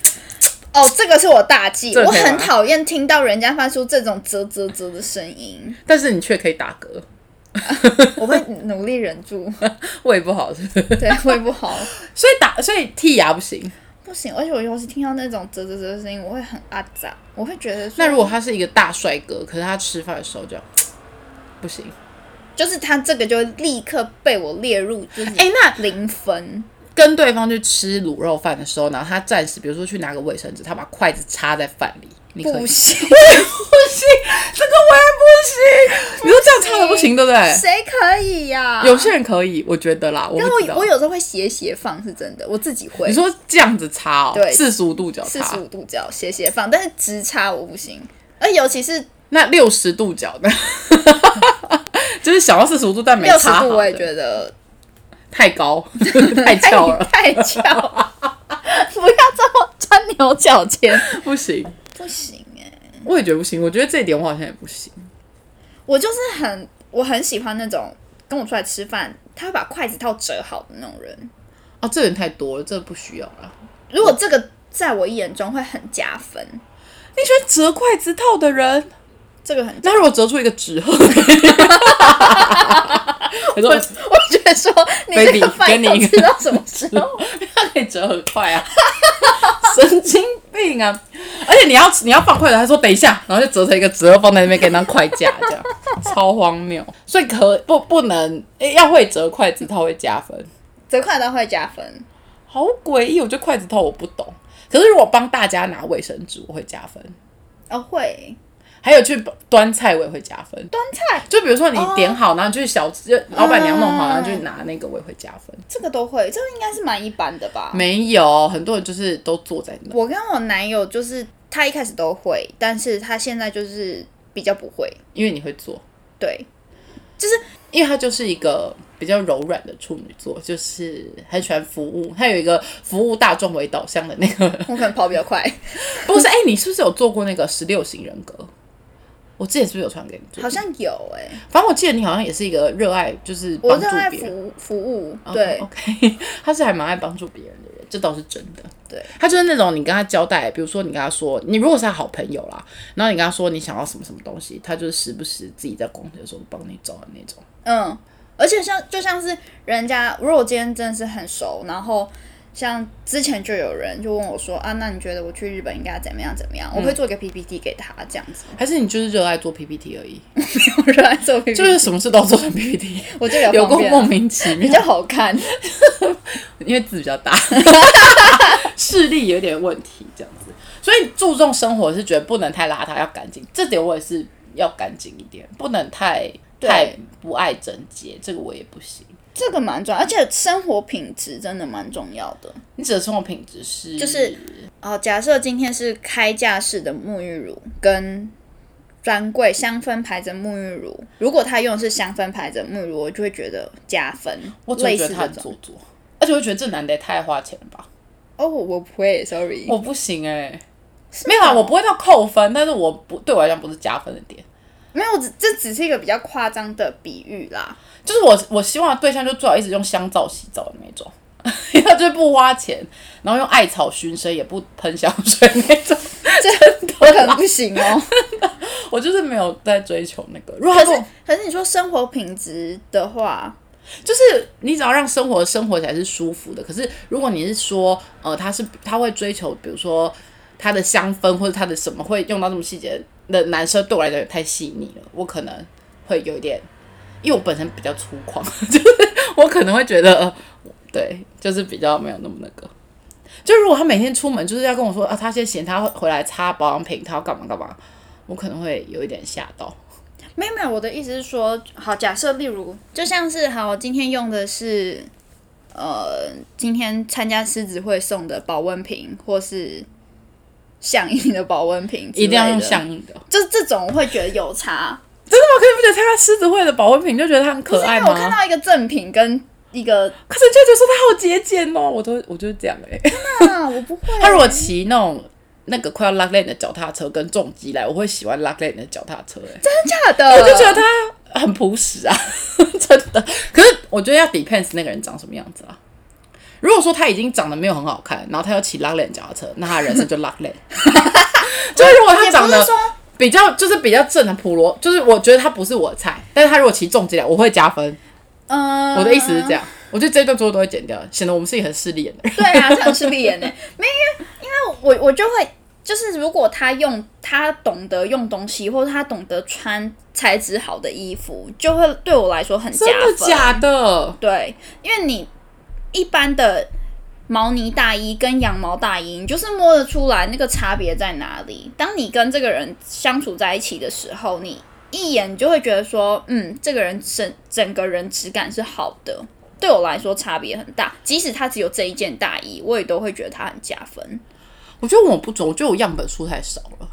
[SPEAKER 2] 哦，这个是我大忌，
[SPEAKER 1] 这啊
[SPEAKER 2] 我
[SPEAKER 1] 可以吗
[SPEAKER 2] 很讨厌听到人家发出这种啧啧啧的声 音，
[SPEAKER 1] 但是你却可以打嗝，
[SPEAKER 2] 我会努力忍住，
[SPEAKER 1] 胃不好 是不是？
[SPEAKER 2] 对，胃不好，
[SPEAKER 1] 所以打所以剔牙不行。
[SPEAKER 2] 不行，而且我有时听到那种啧啧啧的声音，我会很阿杂，我会觉得说
[SPEAKER 1] 那如果他是一个大帅哥，可是他吃饭的时候这样，不行，
[SPEAKER 2] 就是他这个就立刻被我列入，就是
[SPEAKER 1] 哎那
[SPEAKER 2] 零分，
[SPEAKER 1] 跟对方去吃卤肉饭的时候，然后他暂时，比如说去拿个卫生纸，他把筷子插在饭里，你可以
[SPEAKER 2] 不行，
[SPEAKER 1] 不行，这个我也不行。你说这样插的不行，对不对？
[SPEAKER 2] 谁可以呀、
[SPEAKER 1] 有些人可以，我觉得啦，我
[SPEAKER 2] 但
[SPEAKER 1] 不知道
[SPEAKER 2] 我我有时候会斜斜放，是真的，我自己会
[SPEAKER 1] 你。说这样子插哦，
[SPEAKER 2] 对
[SPEAKER 1] 四十五度角
[SPEAKER 2] 四十
[SPEAKER 1] 插
[SPEAKER 2] 五，度角斜斜放，但是直插我不行，而尤其是
[SPEAKER 1] 那六十度角呢？ 就是想到四十五度，但没
[SPEAKER 2] 六十
[SPEAKER 1] 插好
[SPEAKER 2] 度，
[SPEAKER 1] 的
[SPEAKER 2] 我也觉得
[SPEAKER 1] 太 高，太翘了，
[SPEAKER 2] 太翘 了，不要这么钻牛角尖，
[SPEAKER 1] 不行。
[SPEAKER 2] 不行哎、
[SPEAKER 1] 我也觉得不行，我觉得这一点我好像也不行。
[SPEAKER 2] 我就是很我很喜欢那种跟我出来吃饭，他会把筷子套折好的那种人。
[SPEAKER 1] 哦，这人太多了，这不需要了。
[SPEAKER 2] 如果这个在我眼中会很加分，
[SPEAKER 1] 你喜欢折筷子套的人，
[SPEAKER 2] 这个很
[SPEAKER 1] 那如果折出一个纸鹤， 你说
[SPEAKER 2] 我觉得说你这
[SPEAKER 1] Baby，
[SPEAKER 2] 个饭
[SPEAKER 1] 给
[SPEAKER 2] 要
[SPEAKER 1] 你一个
[SPEAKER 2] 吃到什么 时候？
[SPEAKER 1] 它可以折很快啊，神经病啊！而且你要你要放筷子，他说等一下，然后就折成一个纸鹤放在那边，给你当筷架这样，超荒谬。所以可不不能、诶要会折筷子套会加分，
[SPEAKER 2] 折筷刀会加分，
[SPEAKER 1] 好诡异。我觉得筷子套我不懂，可是如果帮大家拿卫生纸，我会加分。
[SPEAKER 2] 哦会
[SPEAKER 1] 还有去端菜，我也会加分。
[SPEAKER 2] 端菜
[SPEAKER 1] 就比如说你点好，然后就是小就老板娘弄好，然后就拿那个，我也会加分。
[SPEAKER 2] 这个都会，这个应该是蛮一般的吧？
[SPEAKER 1] 没有，很多人就是都坐在那。
[SPEAKER 2] 我跟我男友就是他一开始都会，但是他现在就是比较不会，
[SPEAKER 1] 因为你会做，
[SPEAKER 2] 对，
[SPEAKER 1] 因为她就是一个比较柔软的处女座，就是很喜欢服务，她有一个服务大众为导向的那个。
[SPEAKER 2] 我可能跑比 较快，
[SPEAKER 1] 不是，哎、你是不是有做过那个十六型人格？我之前是不是有传给你做？
[SPEAKER 2] 好像有哎、
[SPEAKER 1] 反正我记得你好像也是一个热爱，就是
[SPEAKER 2] 我
[SPEAKER 1] 帮
[SPEAKER 2] 热
[SPEAKER 1] 助
[SPEAKER 2] 爱
[SPEAKER 1] 别
[SPEAKER 2] 服
[SPEAKER 1] 人。哦
[SPEAKER 2] 务服务，对、
[SPEAKER 1] o k 他是还蛮爱帮助别人的人，这倒是真的。
[SPEAKER 2] 对，
[SPEAKER 1] 他就是那种你跟他交代，比如说你跟他说，你如果是他好朋友啦，然后你跟他说你想要什么什么东西，他就是时不时自己在逛街的时候帮你找的那种。
[SPEAKER 2] 嗯，而且像就像是人家，如果我今天真的是很熟，然后像之前就有人就问我说啊，那你觉得我去日本应该怎么样怎么
[SPEAKER 1] 嗯
[SPEAKER 2] 样？我会做一个 PPT 给他这样子，
[SPEAKER 1] 还是你就是热爱做 PPT 而已，
[SPEAKER 2] 我热爱做 PPT，
[SPEAKER 1] 就是什么事都做成 PPT，
[SPEAKER 2] 我就有
[SPEAKER 1] 有
[SPEAKER 2] 方
[SPEAKER 1] 够
[SPEAKER 2] 便
[SPEAKER 1] 莫名其
[SPEAKER 2] 比
[SPEAKER 1] 妙
[SPEAKER 2] 较，好看，
[SPEAKER 1] 因为字比较 大，视力有点问题这样子，所以注重生活是觉得不能太邋遢，要干净，这点我也是要干净一点，不能太
[SPEAKER 2] 对
[SPEAKER 1] 太不爱整洁，这个我也不行。
[SPEAKER 2] 这个蛮重要，而且生活品质真的蛮重要的。
[SPEAKER 1] 你指的生活品质是
[SPEAKER 2] 就是哦，假设今天是开架式的沐浴乳跟专柜香氛牌子沐浴乳，如果他用的是香氛牌子沐浴乳，我就会觉得加分。
[SPEAKER 1] 我只
[SPEAKER 2] 类
[SPEAKER 1] 会觉得
[SPEAKER 2] 似
[SPEAKER 1] 他
[SPEAKER 2] 这
[SPEAKER 1] 很
[SPEAKER 2] 种
[SPEAKER 1] 做作，而且我觉得这男的也太花钱了吧，
[SPEAKER 2] 哦，我不会，sorry。
[SPEAKER 1] 我不行哎、没有啊，我不会到扣分，但是我不对我来讲不是加分的点，
[SPEAKER 2] 没有，只这只是一个比较夸张的比喻啦。
[SPEAKER 1] 就是我我希望的对象就最好一直用香皂洗澡的那种， 要就是不花钱，然后用艾草熏身也不喷香水那种，
[SPEAKER 2] 我可能不行哦。
[SPEAKER 1] 我就是没有在追求那个。如果他
[SPEAKER 2] 可
[SPEAKER 1] 说
[SPEAKER 2] 是，可是你说生活品质的话，
[SPEAKER 1] 就是你只要让生活生活起来是舒服的。可是如果你是说，呃，他是他会追求，比如说他的香氛或者他的什么会用到这么细节的男生，对我来讲也太细腻了，我可能会有一点，因为我本身比较粗犷， 就是我可能会觉得，呃对，就是比较没有那么那个。就如果他每天出门就是要跟我说啊，他先嫌他回来擦保养品，他要干嘛干嘛，我可能会有一点吓到。
[SPEAKER 2] 没有没有，我的意思是说，好，假设例如，就像是好，我今天用的是，呃，今天参加狮子会送的保温瓶，或是象印的保温瓶之类的，
[SPEAKER 1] 一定要用象印的，
[SPEAKER 2] 就是这种，我会觉得有差。
[SPEAKER 1] 真的吗？可是你不觉得参加狮子会的保温瓶就觉得它很可
[SPEAKER 2] 因
[SPEAKER 1] 爱
[SPEAKER 2] 为
[SPEAKER 1] 吗？
[SPEAKER 2] 我看到一个赠品跟一个，
[SPEAKER 1] 可是就觉得说它好节俭哦，我都我就是这样哎、欸。
[SPEAKER 2] 啊，我不会。
[SPEAKER 1] 他如果骑那种那个快要 l u c k l a n 的脚踏车跟重机来，我会喜欢 l u c k l a n 的脚踏车哎、欸，
[SPEAKER 2] 真假 的，
[SPEAKER 1] 我就觉得它很朴实啊， 真的。可是我觉得要 depends 那个人长什么样子啊。如果说他已经长得没有很好看，然后他要骑 l u c k l a n 脚踏车，那他人生就 l u c k l a n 就是如果他
[SPEAKER 2] 也不
[SPEAKER 1] 长
[SPEAKER 2] 是
[SPEAKER 1] 得
[SPEAKER 2] 说
[SPEAKER 1] 比较就是比较正的普罗，就是我觉得他不是我的菜，但是他如果骑重机来，我会加分。
[SPEAKER 2] 嗯，
[SPEAKER 1] 我的意思是这样，我觉得这一段最后都 会剪掉，显得我们是一个很势利眼的人。
[SPEAKER 2] 对啊，这很势利眼呢。没有，因为因为我我就会就是如果他用他懂得用东西，或者他懂得穿材质好的衣服，就会对我来说很加
[SPEAKER 1] 真
[SPEAKER 2] 分。
[SPEAKER 1] 的假的？
[SPEAKER 2] 对，因为你一般的毛呢大衣跟羊毛大衣，你就是摸得出来那个差别在哪里。当你跟这个人相处在一起的时候，你一眼你就会觉得说，嗯，这个人整整个人质感是好的。对我来说差别很大，即使他只有这一件大衣，我也都会觉得他很加分。
[SPEAKER 1] 我觉得我不准，我觉得我样本数太少了。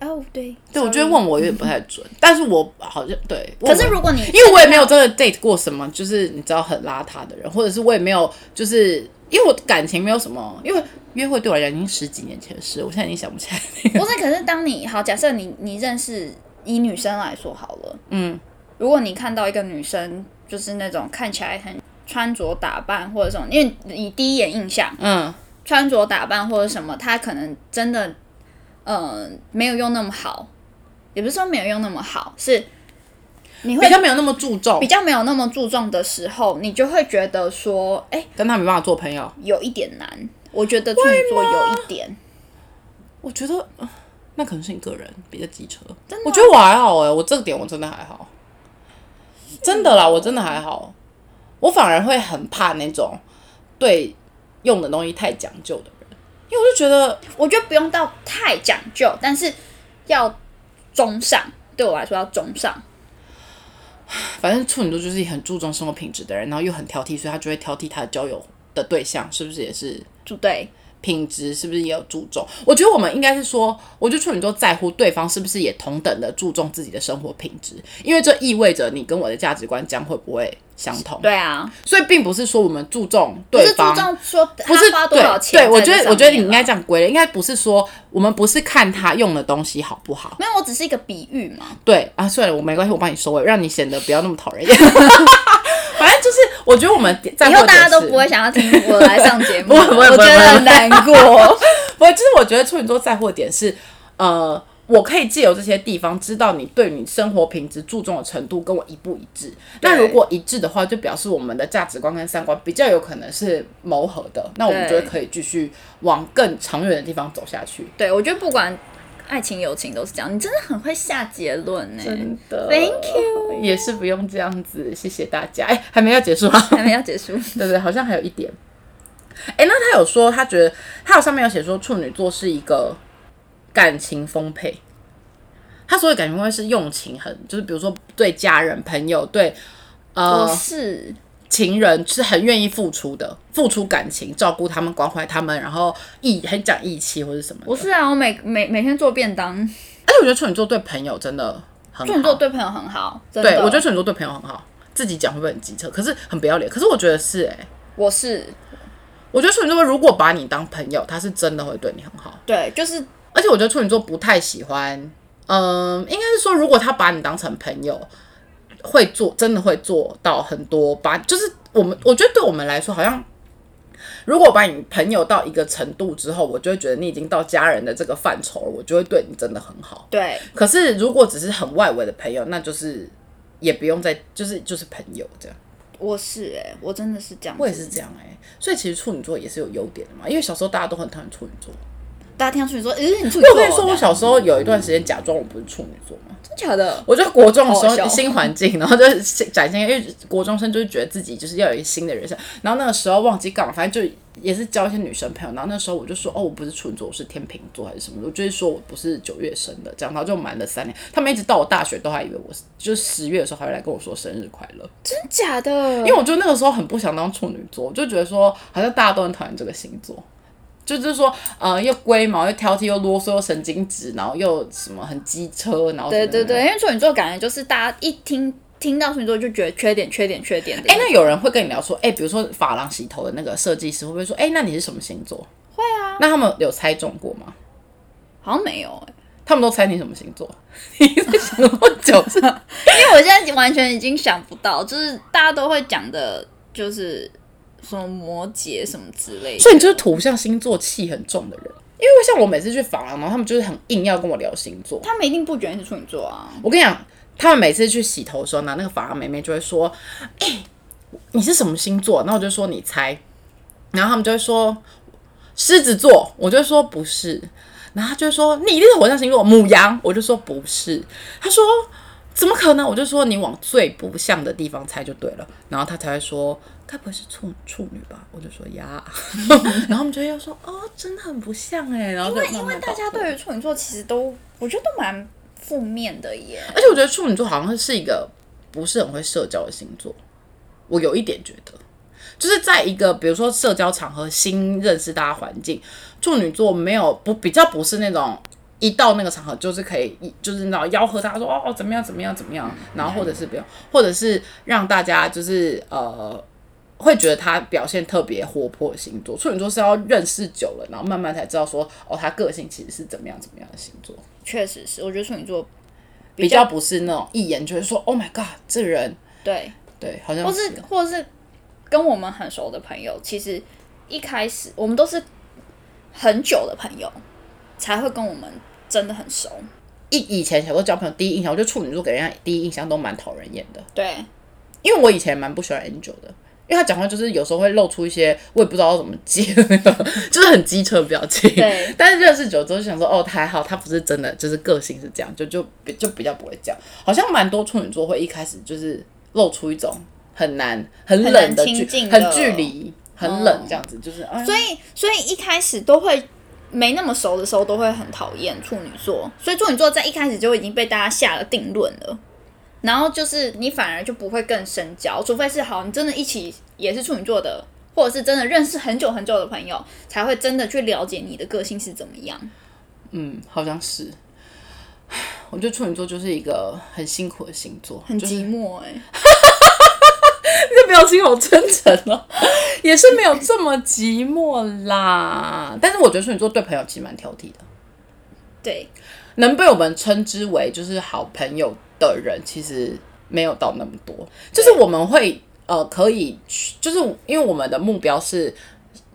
[SPEAKER 2] 哦，对，
[SPEAKER 1] 对，我觉
[SPEAKER 2] 得。
[SPEAKER 1] 得问我有点不太准，但是我好像对。
[SPEAKER 2] 可是
[SPEAKER 1] 问我
[SPEAKER 2] 如果你
[SPEAKER 1] 因为我也没有真的 date 过什么，就是你知道很邋遢的人，或者是我也没有，就是因为我感情没有什么，因为约会对我来讲已经十几年前的事，我现在已经想不起来那个。
[SPEAKER 2] 不是，可是当你好，假设你你认识以女生来说好了，嗯，如果你看到一个女生，就是那种看起来很穿着打扮或者什么，因为你第一眼印象
[SPEAKER 1] 嗯，
[SPEAKER 2] 穿着打扮或者什么，她可能真的，呃，没有用那么好，也不是说没有用那么好，是你 会
[SPEAKER 1] 比较没有那么注重
[SPEAKER 2] 比，较没有那么注重的时候，你就会觉得说，哎、
[SPEAKER 1] 跟他没办法做朋友。
[SPEAKER 2] 有一点难。我觉得处女座有一点，
[SPEAKER 1] 我觉得呃那可能是你个人比较机车，
[SPEAKER 2] 真
[SPEAKER 1] 我
[SPEAKER 2] 的
[SPEAKER 1] 觉得我还好哎、我这个点我真的还好，真的啦，我真的还好，我反而会很怕那种对用的东西太讲究的人，因为我就觉得
[SPEAKER 2] 我觉得不用到太讲究，但是要中上，对我来说要中上。
[SPEAKER 1] 反正处女座就是很注重生活品质的人，然后又很挑剔，所以他就会挑剔他的交友的对象是不是也是
[SPEAKER 2] 就对，
[SPEAKER 1] 品质是不是也有注重？我觉得我们应该是说，我觉得处女座在乎对方是不是也同等的注重自己的生活品质，因为这意味着你跟我的价值观将会不会相同。
[SPEAKER 2] 对啊，
[SPEAKER 1] 所以并不是说我们注重
[SPEAKER 2] 不
[SPEAKER 1] 哦对
[SPEAKER 2] 是注
[SPEAKER 1] 方，
[SPEAKER 2] 重说他
[SPEAKER 1] 不是
[SPEAKER 2] 花多少钱
[SPEAKER 1] 对，对我觉
[SPEAKER 2] 在这
[SPEAKER 1] 得
[SPEAKER 2] 上
[SPEAKER 1] 我觉得你
[SPEAKER 2] 面
[SPEAKER 1] 应该
[SPEAKER 2] 啊啦
[SPEAKER 1] 这样归类，应该不是说我们不是看他用的东西好不好。
[SPEAKER 2] 没有，我只是一个比喻嘛。
[SPEAKER 1] 对啊，算了，我没关系，我帮你收尾，让你显得不要那么讨人厌。 反正就是，我觉得我们在
[SPEAKER 2] 以
[SPEAKER 1] 乎
[SPEAKER 2] 后
[SPEAKER 1] 的
[SPEAKER 2] 大家都
[SPEAKER 1] 是
[SPEAKER 2] 不会想要听我来上节
[SPEAKER 1] 不
[SPEAKER 2] 目，
[SPEAKER 1] 会不会
[SPEAKER 2] 我
[SPEAKER 1] 不
[SPEAKER 2] 觉
[SPEAKER 1] 会
[SPEAKER 2] 得很难过。
[SPEAKER 1] 不是，就是我觉得处女座在乎的点是，呃，我可以借由这些地方知道你对你生活品质注重的程度跟我一不一致。那如果一致的话，就表示我们的价值观跟三观比较有可能是谋合的，那我们就
[SPEAKER 2] 对
[SPEAKER 1] 会可以继续往更长远的地方走下去。
[SPEAKER 2] 对，我觉得不管爱情、友情都是这样，你真的很会下结论欸呢、
[SPEAKER 1] 真的
[SPEAKER 2] Thank
[SPEAKER 1] you，也是不用这样子，谢谢大家。哎、还没要结束吗？
[SPEAKER 2] 还没要结束，
[SPEAKER 1] 对对，好像还有一点。哎、那他有说，他觉得他有上面有写说，处女座是一个感情丰沛。他所谓感情丰沛是用情很，就是比如说对家人、朋友、对
[SPEAKER 2] 我
[SPEAKER 1] 呃
[SPEAKER 2] 是
[SPEAKER 1] 情人是很愿意付出的，付出感情，照顾他们、关怀他们，然后义很讲义气或者什么的。
[SPEAKER 2] 我是啊，我每每每天做便当，
[SPEAKER 1] 而且我觉得处女座对朋友真的很好，
[SPEAKER 2] 处女座对朋友很好，真的
[SPEAKER 1] 对我觉得处女座对朋友很好。自己讲会不会很机车？可是很不要脸。可是我觉得是哎、
[SPEAKER 2] 我是
[SPEAKER 1] 我觉得处女座如果把你当朋友，他是真的会对你很好。
[SPEAKER 2] 对，就是
[SPEAKER 1] 而且我觉得处女座不太喜欢，嗯、应该是说如果他把你当成朋友，会做真的会做到很多把，就是我们我觉得对我们来说好像。如果把你朋友到一个程度之后，我就会觉得你已经到家人的这个范畴了，我就会对你真的很好。
[SPEAKER 2] 对。
[SPEAKER 1] 可是如果只是很外围的朋友，那就是也不用再就是就是朋友这样。
[SPEAKER 2] 我是哎、我真的是这样子。
[SPEAKER 1] 我也是这样哎、所以其实处女座也是有优点的嘛，因为小时候大家都很讨厌处女座。
[SPEAKER 2] 大家听到处女座，咦、你处女座？哦
[SPEAKER 1] 我跟你说，我小时候有一段时间假装我不是处女座嘛，
[SPEAKER 2] 真假的？
[SPEAKER 1] 我觉得国中的时
[SPEAKER 2] 好好笑
[SPEAKER 1] 候新环境，然 后就是新展现，因为国中生就是觉得自己就是要有一个新的人生，然后那个时候忘记干嘛，反正就也是交一些女生朋友，然后那时候我就说哦，我不是处女座，我是天秤座还是什么的，我就是说哦我不是九月生的，这样，然后就瞒了三年，他们一直到我大学都还以为我是就是十月的时候还会来跟我说生日快乐，
[SPEAKER 2] 真假的？因
[SPEAKER 1] 因为我就那个时候很不想当处女座，我就觉得说好像大家都很讨厌这个星座，就是说呃又龟毛又挑剔又啰嗦又神经质，然后又什么很机车，然后
[SPEAKER 2] 对
[SPEAKER 1] 什么
[SPEAKER 2] 对
[SPEAKER 1] 什么
[SPEAKER 2] 对，因为处女座感觉就是大家一听听到处女座就觉得缺点缺点缺点的。
[SPEAKER 1] 哎、那有人会跟你聊说，哎、比如说发廊洗头的那个设计师，会不会说，哎、那你是什么星座？
[SPEAKER 2] 会啊，
[SPEAKER 1] 那他们有猜中过吗？
[SPEAKER 2] 好像没有哎、
[SPEAKER 1] 他们都猜你什么星座？ 你在想多久？
[SPEAKER 2] 因为我现在完全已经想不到，就是大家都会讲的，就是什么摩羯什么之类的。
[SPEAKER 1] 所以你就是土象星座气很重的人。因为像我每次去发廊，然后他们就是很硬要跟我聊星座。
[SPEAKER 2] 他们一定不觉得你是处女座啊，
[SPEAKER 1] 我跟你讲，他们每次去洗头的时候，拿那个发廊妹妹就会说，哎、你是什么星座？然后我就说你猜，然后他们就会说狮子座，我就会说不是。然后他就会说你一定是火象星座母羊，我就说不是，他说怎么可能？我就说你往最不像的地方猜就对了，然后他才会说该不会是处处女吧？我就说呀， 然后我们就又说哦，真的很不像哎、然后就
[SPEAKER 2] 对，因
[SPEAKER 1] 慢
[SPEAKER 2] 为
[SPEAKER 1] 慢
[SPEAKER 2] 大家
[SPEAKER 1] 搞
[SPEAKER 2] 对于处女座其实都，我觉得都蛮负面的耶。
[SPEAKER 1] 而且我觉得处女座好像是一个不是很会社交的星座，我有一点觉得，就是在一个比如说社交场合新认识大家环境，处女座没有不比较不是那种。一到那个场合，就是可以，就是那种吆喝大家说哦怎么样怎么样怎么样，然后或者是不用，或者是让大家就是呃，会觉得他表现特别活泼的星座。处女座是要认识久了，然后慢慢才知道说哦，他个性其实是怎么样怎么样的星座。
[SPEAKER 2] 确实是，我觉得处女座
[SPEAKER 1] 比较不是那种一眼就会说 “Oh my God”，这个人
[SPEAKER 2] 对，
[SPEAKER 1] 对，好像
[SPEAKER 2] 或是或者是跟我们很熟的朋友，其实一开始我们都是很久的朋友，才会跟我们真的很熟。
[SPEAKER 1] 以以前小时候交朋友第一印象，我觉得处女座给人家第一印象都蛮讨人厌的，
[SPEAKER 2] 对，
[SPEAKER 1] 因为我以前蛮不喜欢 Angel 的。因为他讲话就是有时候会露出一些我也不知道要怎么接的那个， 就是很机车的表情。
[SPEAKER 2] 对
[SPEAKER 1] 但是认识久了之后就想说，哦，还好他不是真的，就是个性是这样，就就比就比较不会这样。好像蛮多处女座会一开始就是露出一种很难、很
[SPEAKER 2] 很
[SPEAKER 1] 冷的
[SPEAKER 2] 难亲
[SPEAKER 1] 距、
[SPEAKER 2] 近的嗯
[SPEAKER 1] 很距离、很冷这样子，就是。哎呀
[SPEAKER 2] 所以所以一开始都会没那么熟的时候，都会很讨厌处女座。所以处女座在一开始就已经被大家下了定论了。然后就是你反而就不会更深交，除非是好，你真的一起也是处女座的，或者是真的认识很久很久的朋友，才会真的去了解你的个性是怎么样。
[SPEAKER 1] 嗯，好像是。 我觉得处女座就是一个很辛苦的星座，
[SPEAKER 2] 很
[SPEAKER 1] 就是
[SPEAKER 2] 寂寞哎、
[SPEAKER 1] 你的表情好真诚哦， 也是没有这么寂寞啦。但是我觉得处女座对朋友其实蛮挑剔的，
[SPEAKER 2] 对，
[SPEAKER 1] 能被我们称之为就是好朋友的人，其实没有到那么多。就是我们会呃，可以去，就是因为我们的目标是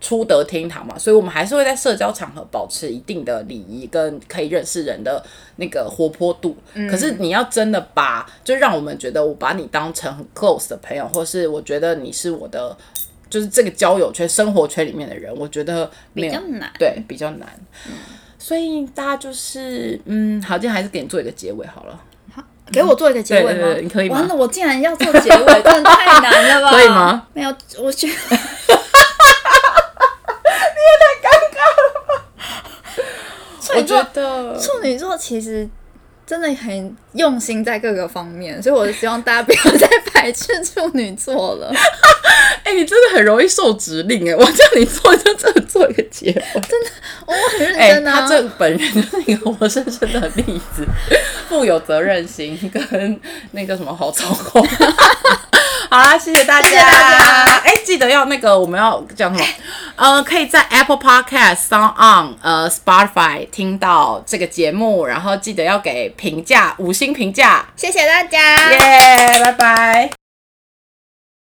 [SPEAKER 1] 出得厅堂嘛，所以我们还是会在社交场合保持一定的礼仪跟可以认识人的那个活泼度。
[SPEAKER 2] 嗯
[SPEAKER 1] 可是你要真的把，就让我们觉得我把你当成很 close 的朋友，或是我觉得你是我的。就是这个交友圈、生活圈里面的人，我觉得没
[SPEAKER 2] 比
[SPEAKER 1] 有
[SPEAKER 2] 较难。
[SPEAKER 1] 对，比较难。所以大家就是，嗯，好，今天还是给你做一个结尾好了，
[SPEAKER 2] 给我做一个结尾吗？
[SPEAKER 1] 对对对你可以吗
[SPEAKER 2] 完了，我竟然要做结尾，真的太难 了吧？
[SPEAKER 1] 可以吗？
[SPEAKER 2] 没有，我觉得你也太尴尬了吧？处
[SPEAKER 1] 我觉
[SPEAKER 2] 女座，
[SPEAKER 1] 得
[SPEAKER 2] 处女座其实真的很用心在各个方面，所以我希望大家不要再排斥处女座 了。
[SPEAKER 1] 哎、你真的很容易受指令哎！我叫你做，就真的做一个结尾。
[SPEAKER 2] 我很认
[SPEAKER 1] 哎、
[SPEAKER 2] 真啊
[SPEAKER 1] 他，这本人就是一个活生生的例子，富有责任心跟那个什么好操控。 好啦，谢谢大家。
[SPEAKER 2] 谢谢大家
[SPEAKER 1] 哎、记得要那个我们要讲什么？呃，可以在 Apple Podcast、Sound On、呃 Spotify 听到这个节目，然后记得要给评价五星评价。
[SPEAKER 2] 谢谢大家。
[SPEAKER 1] 耶、拜拜。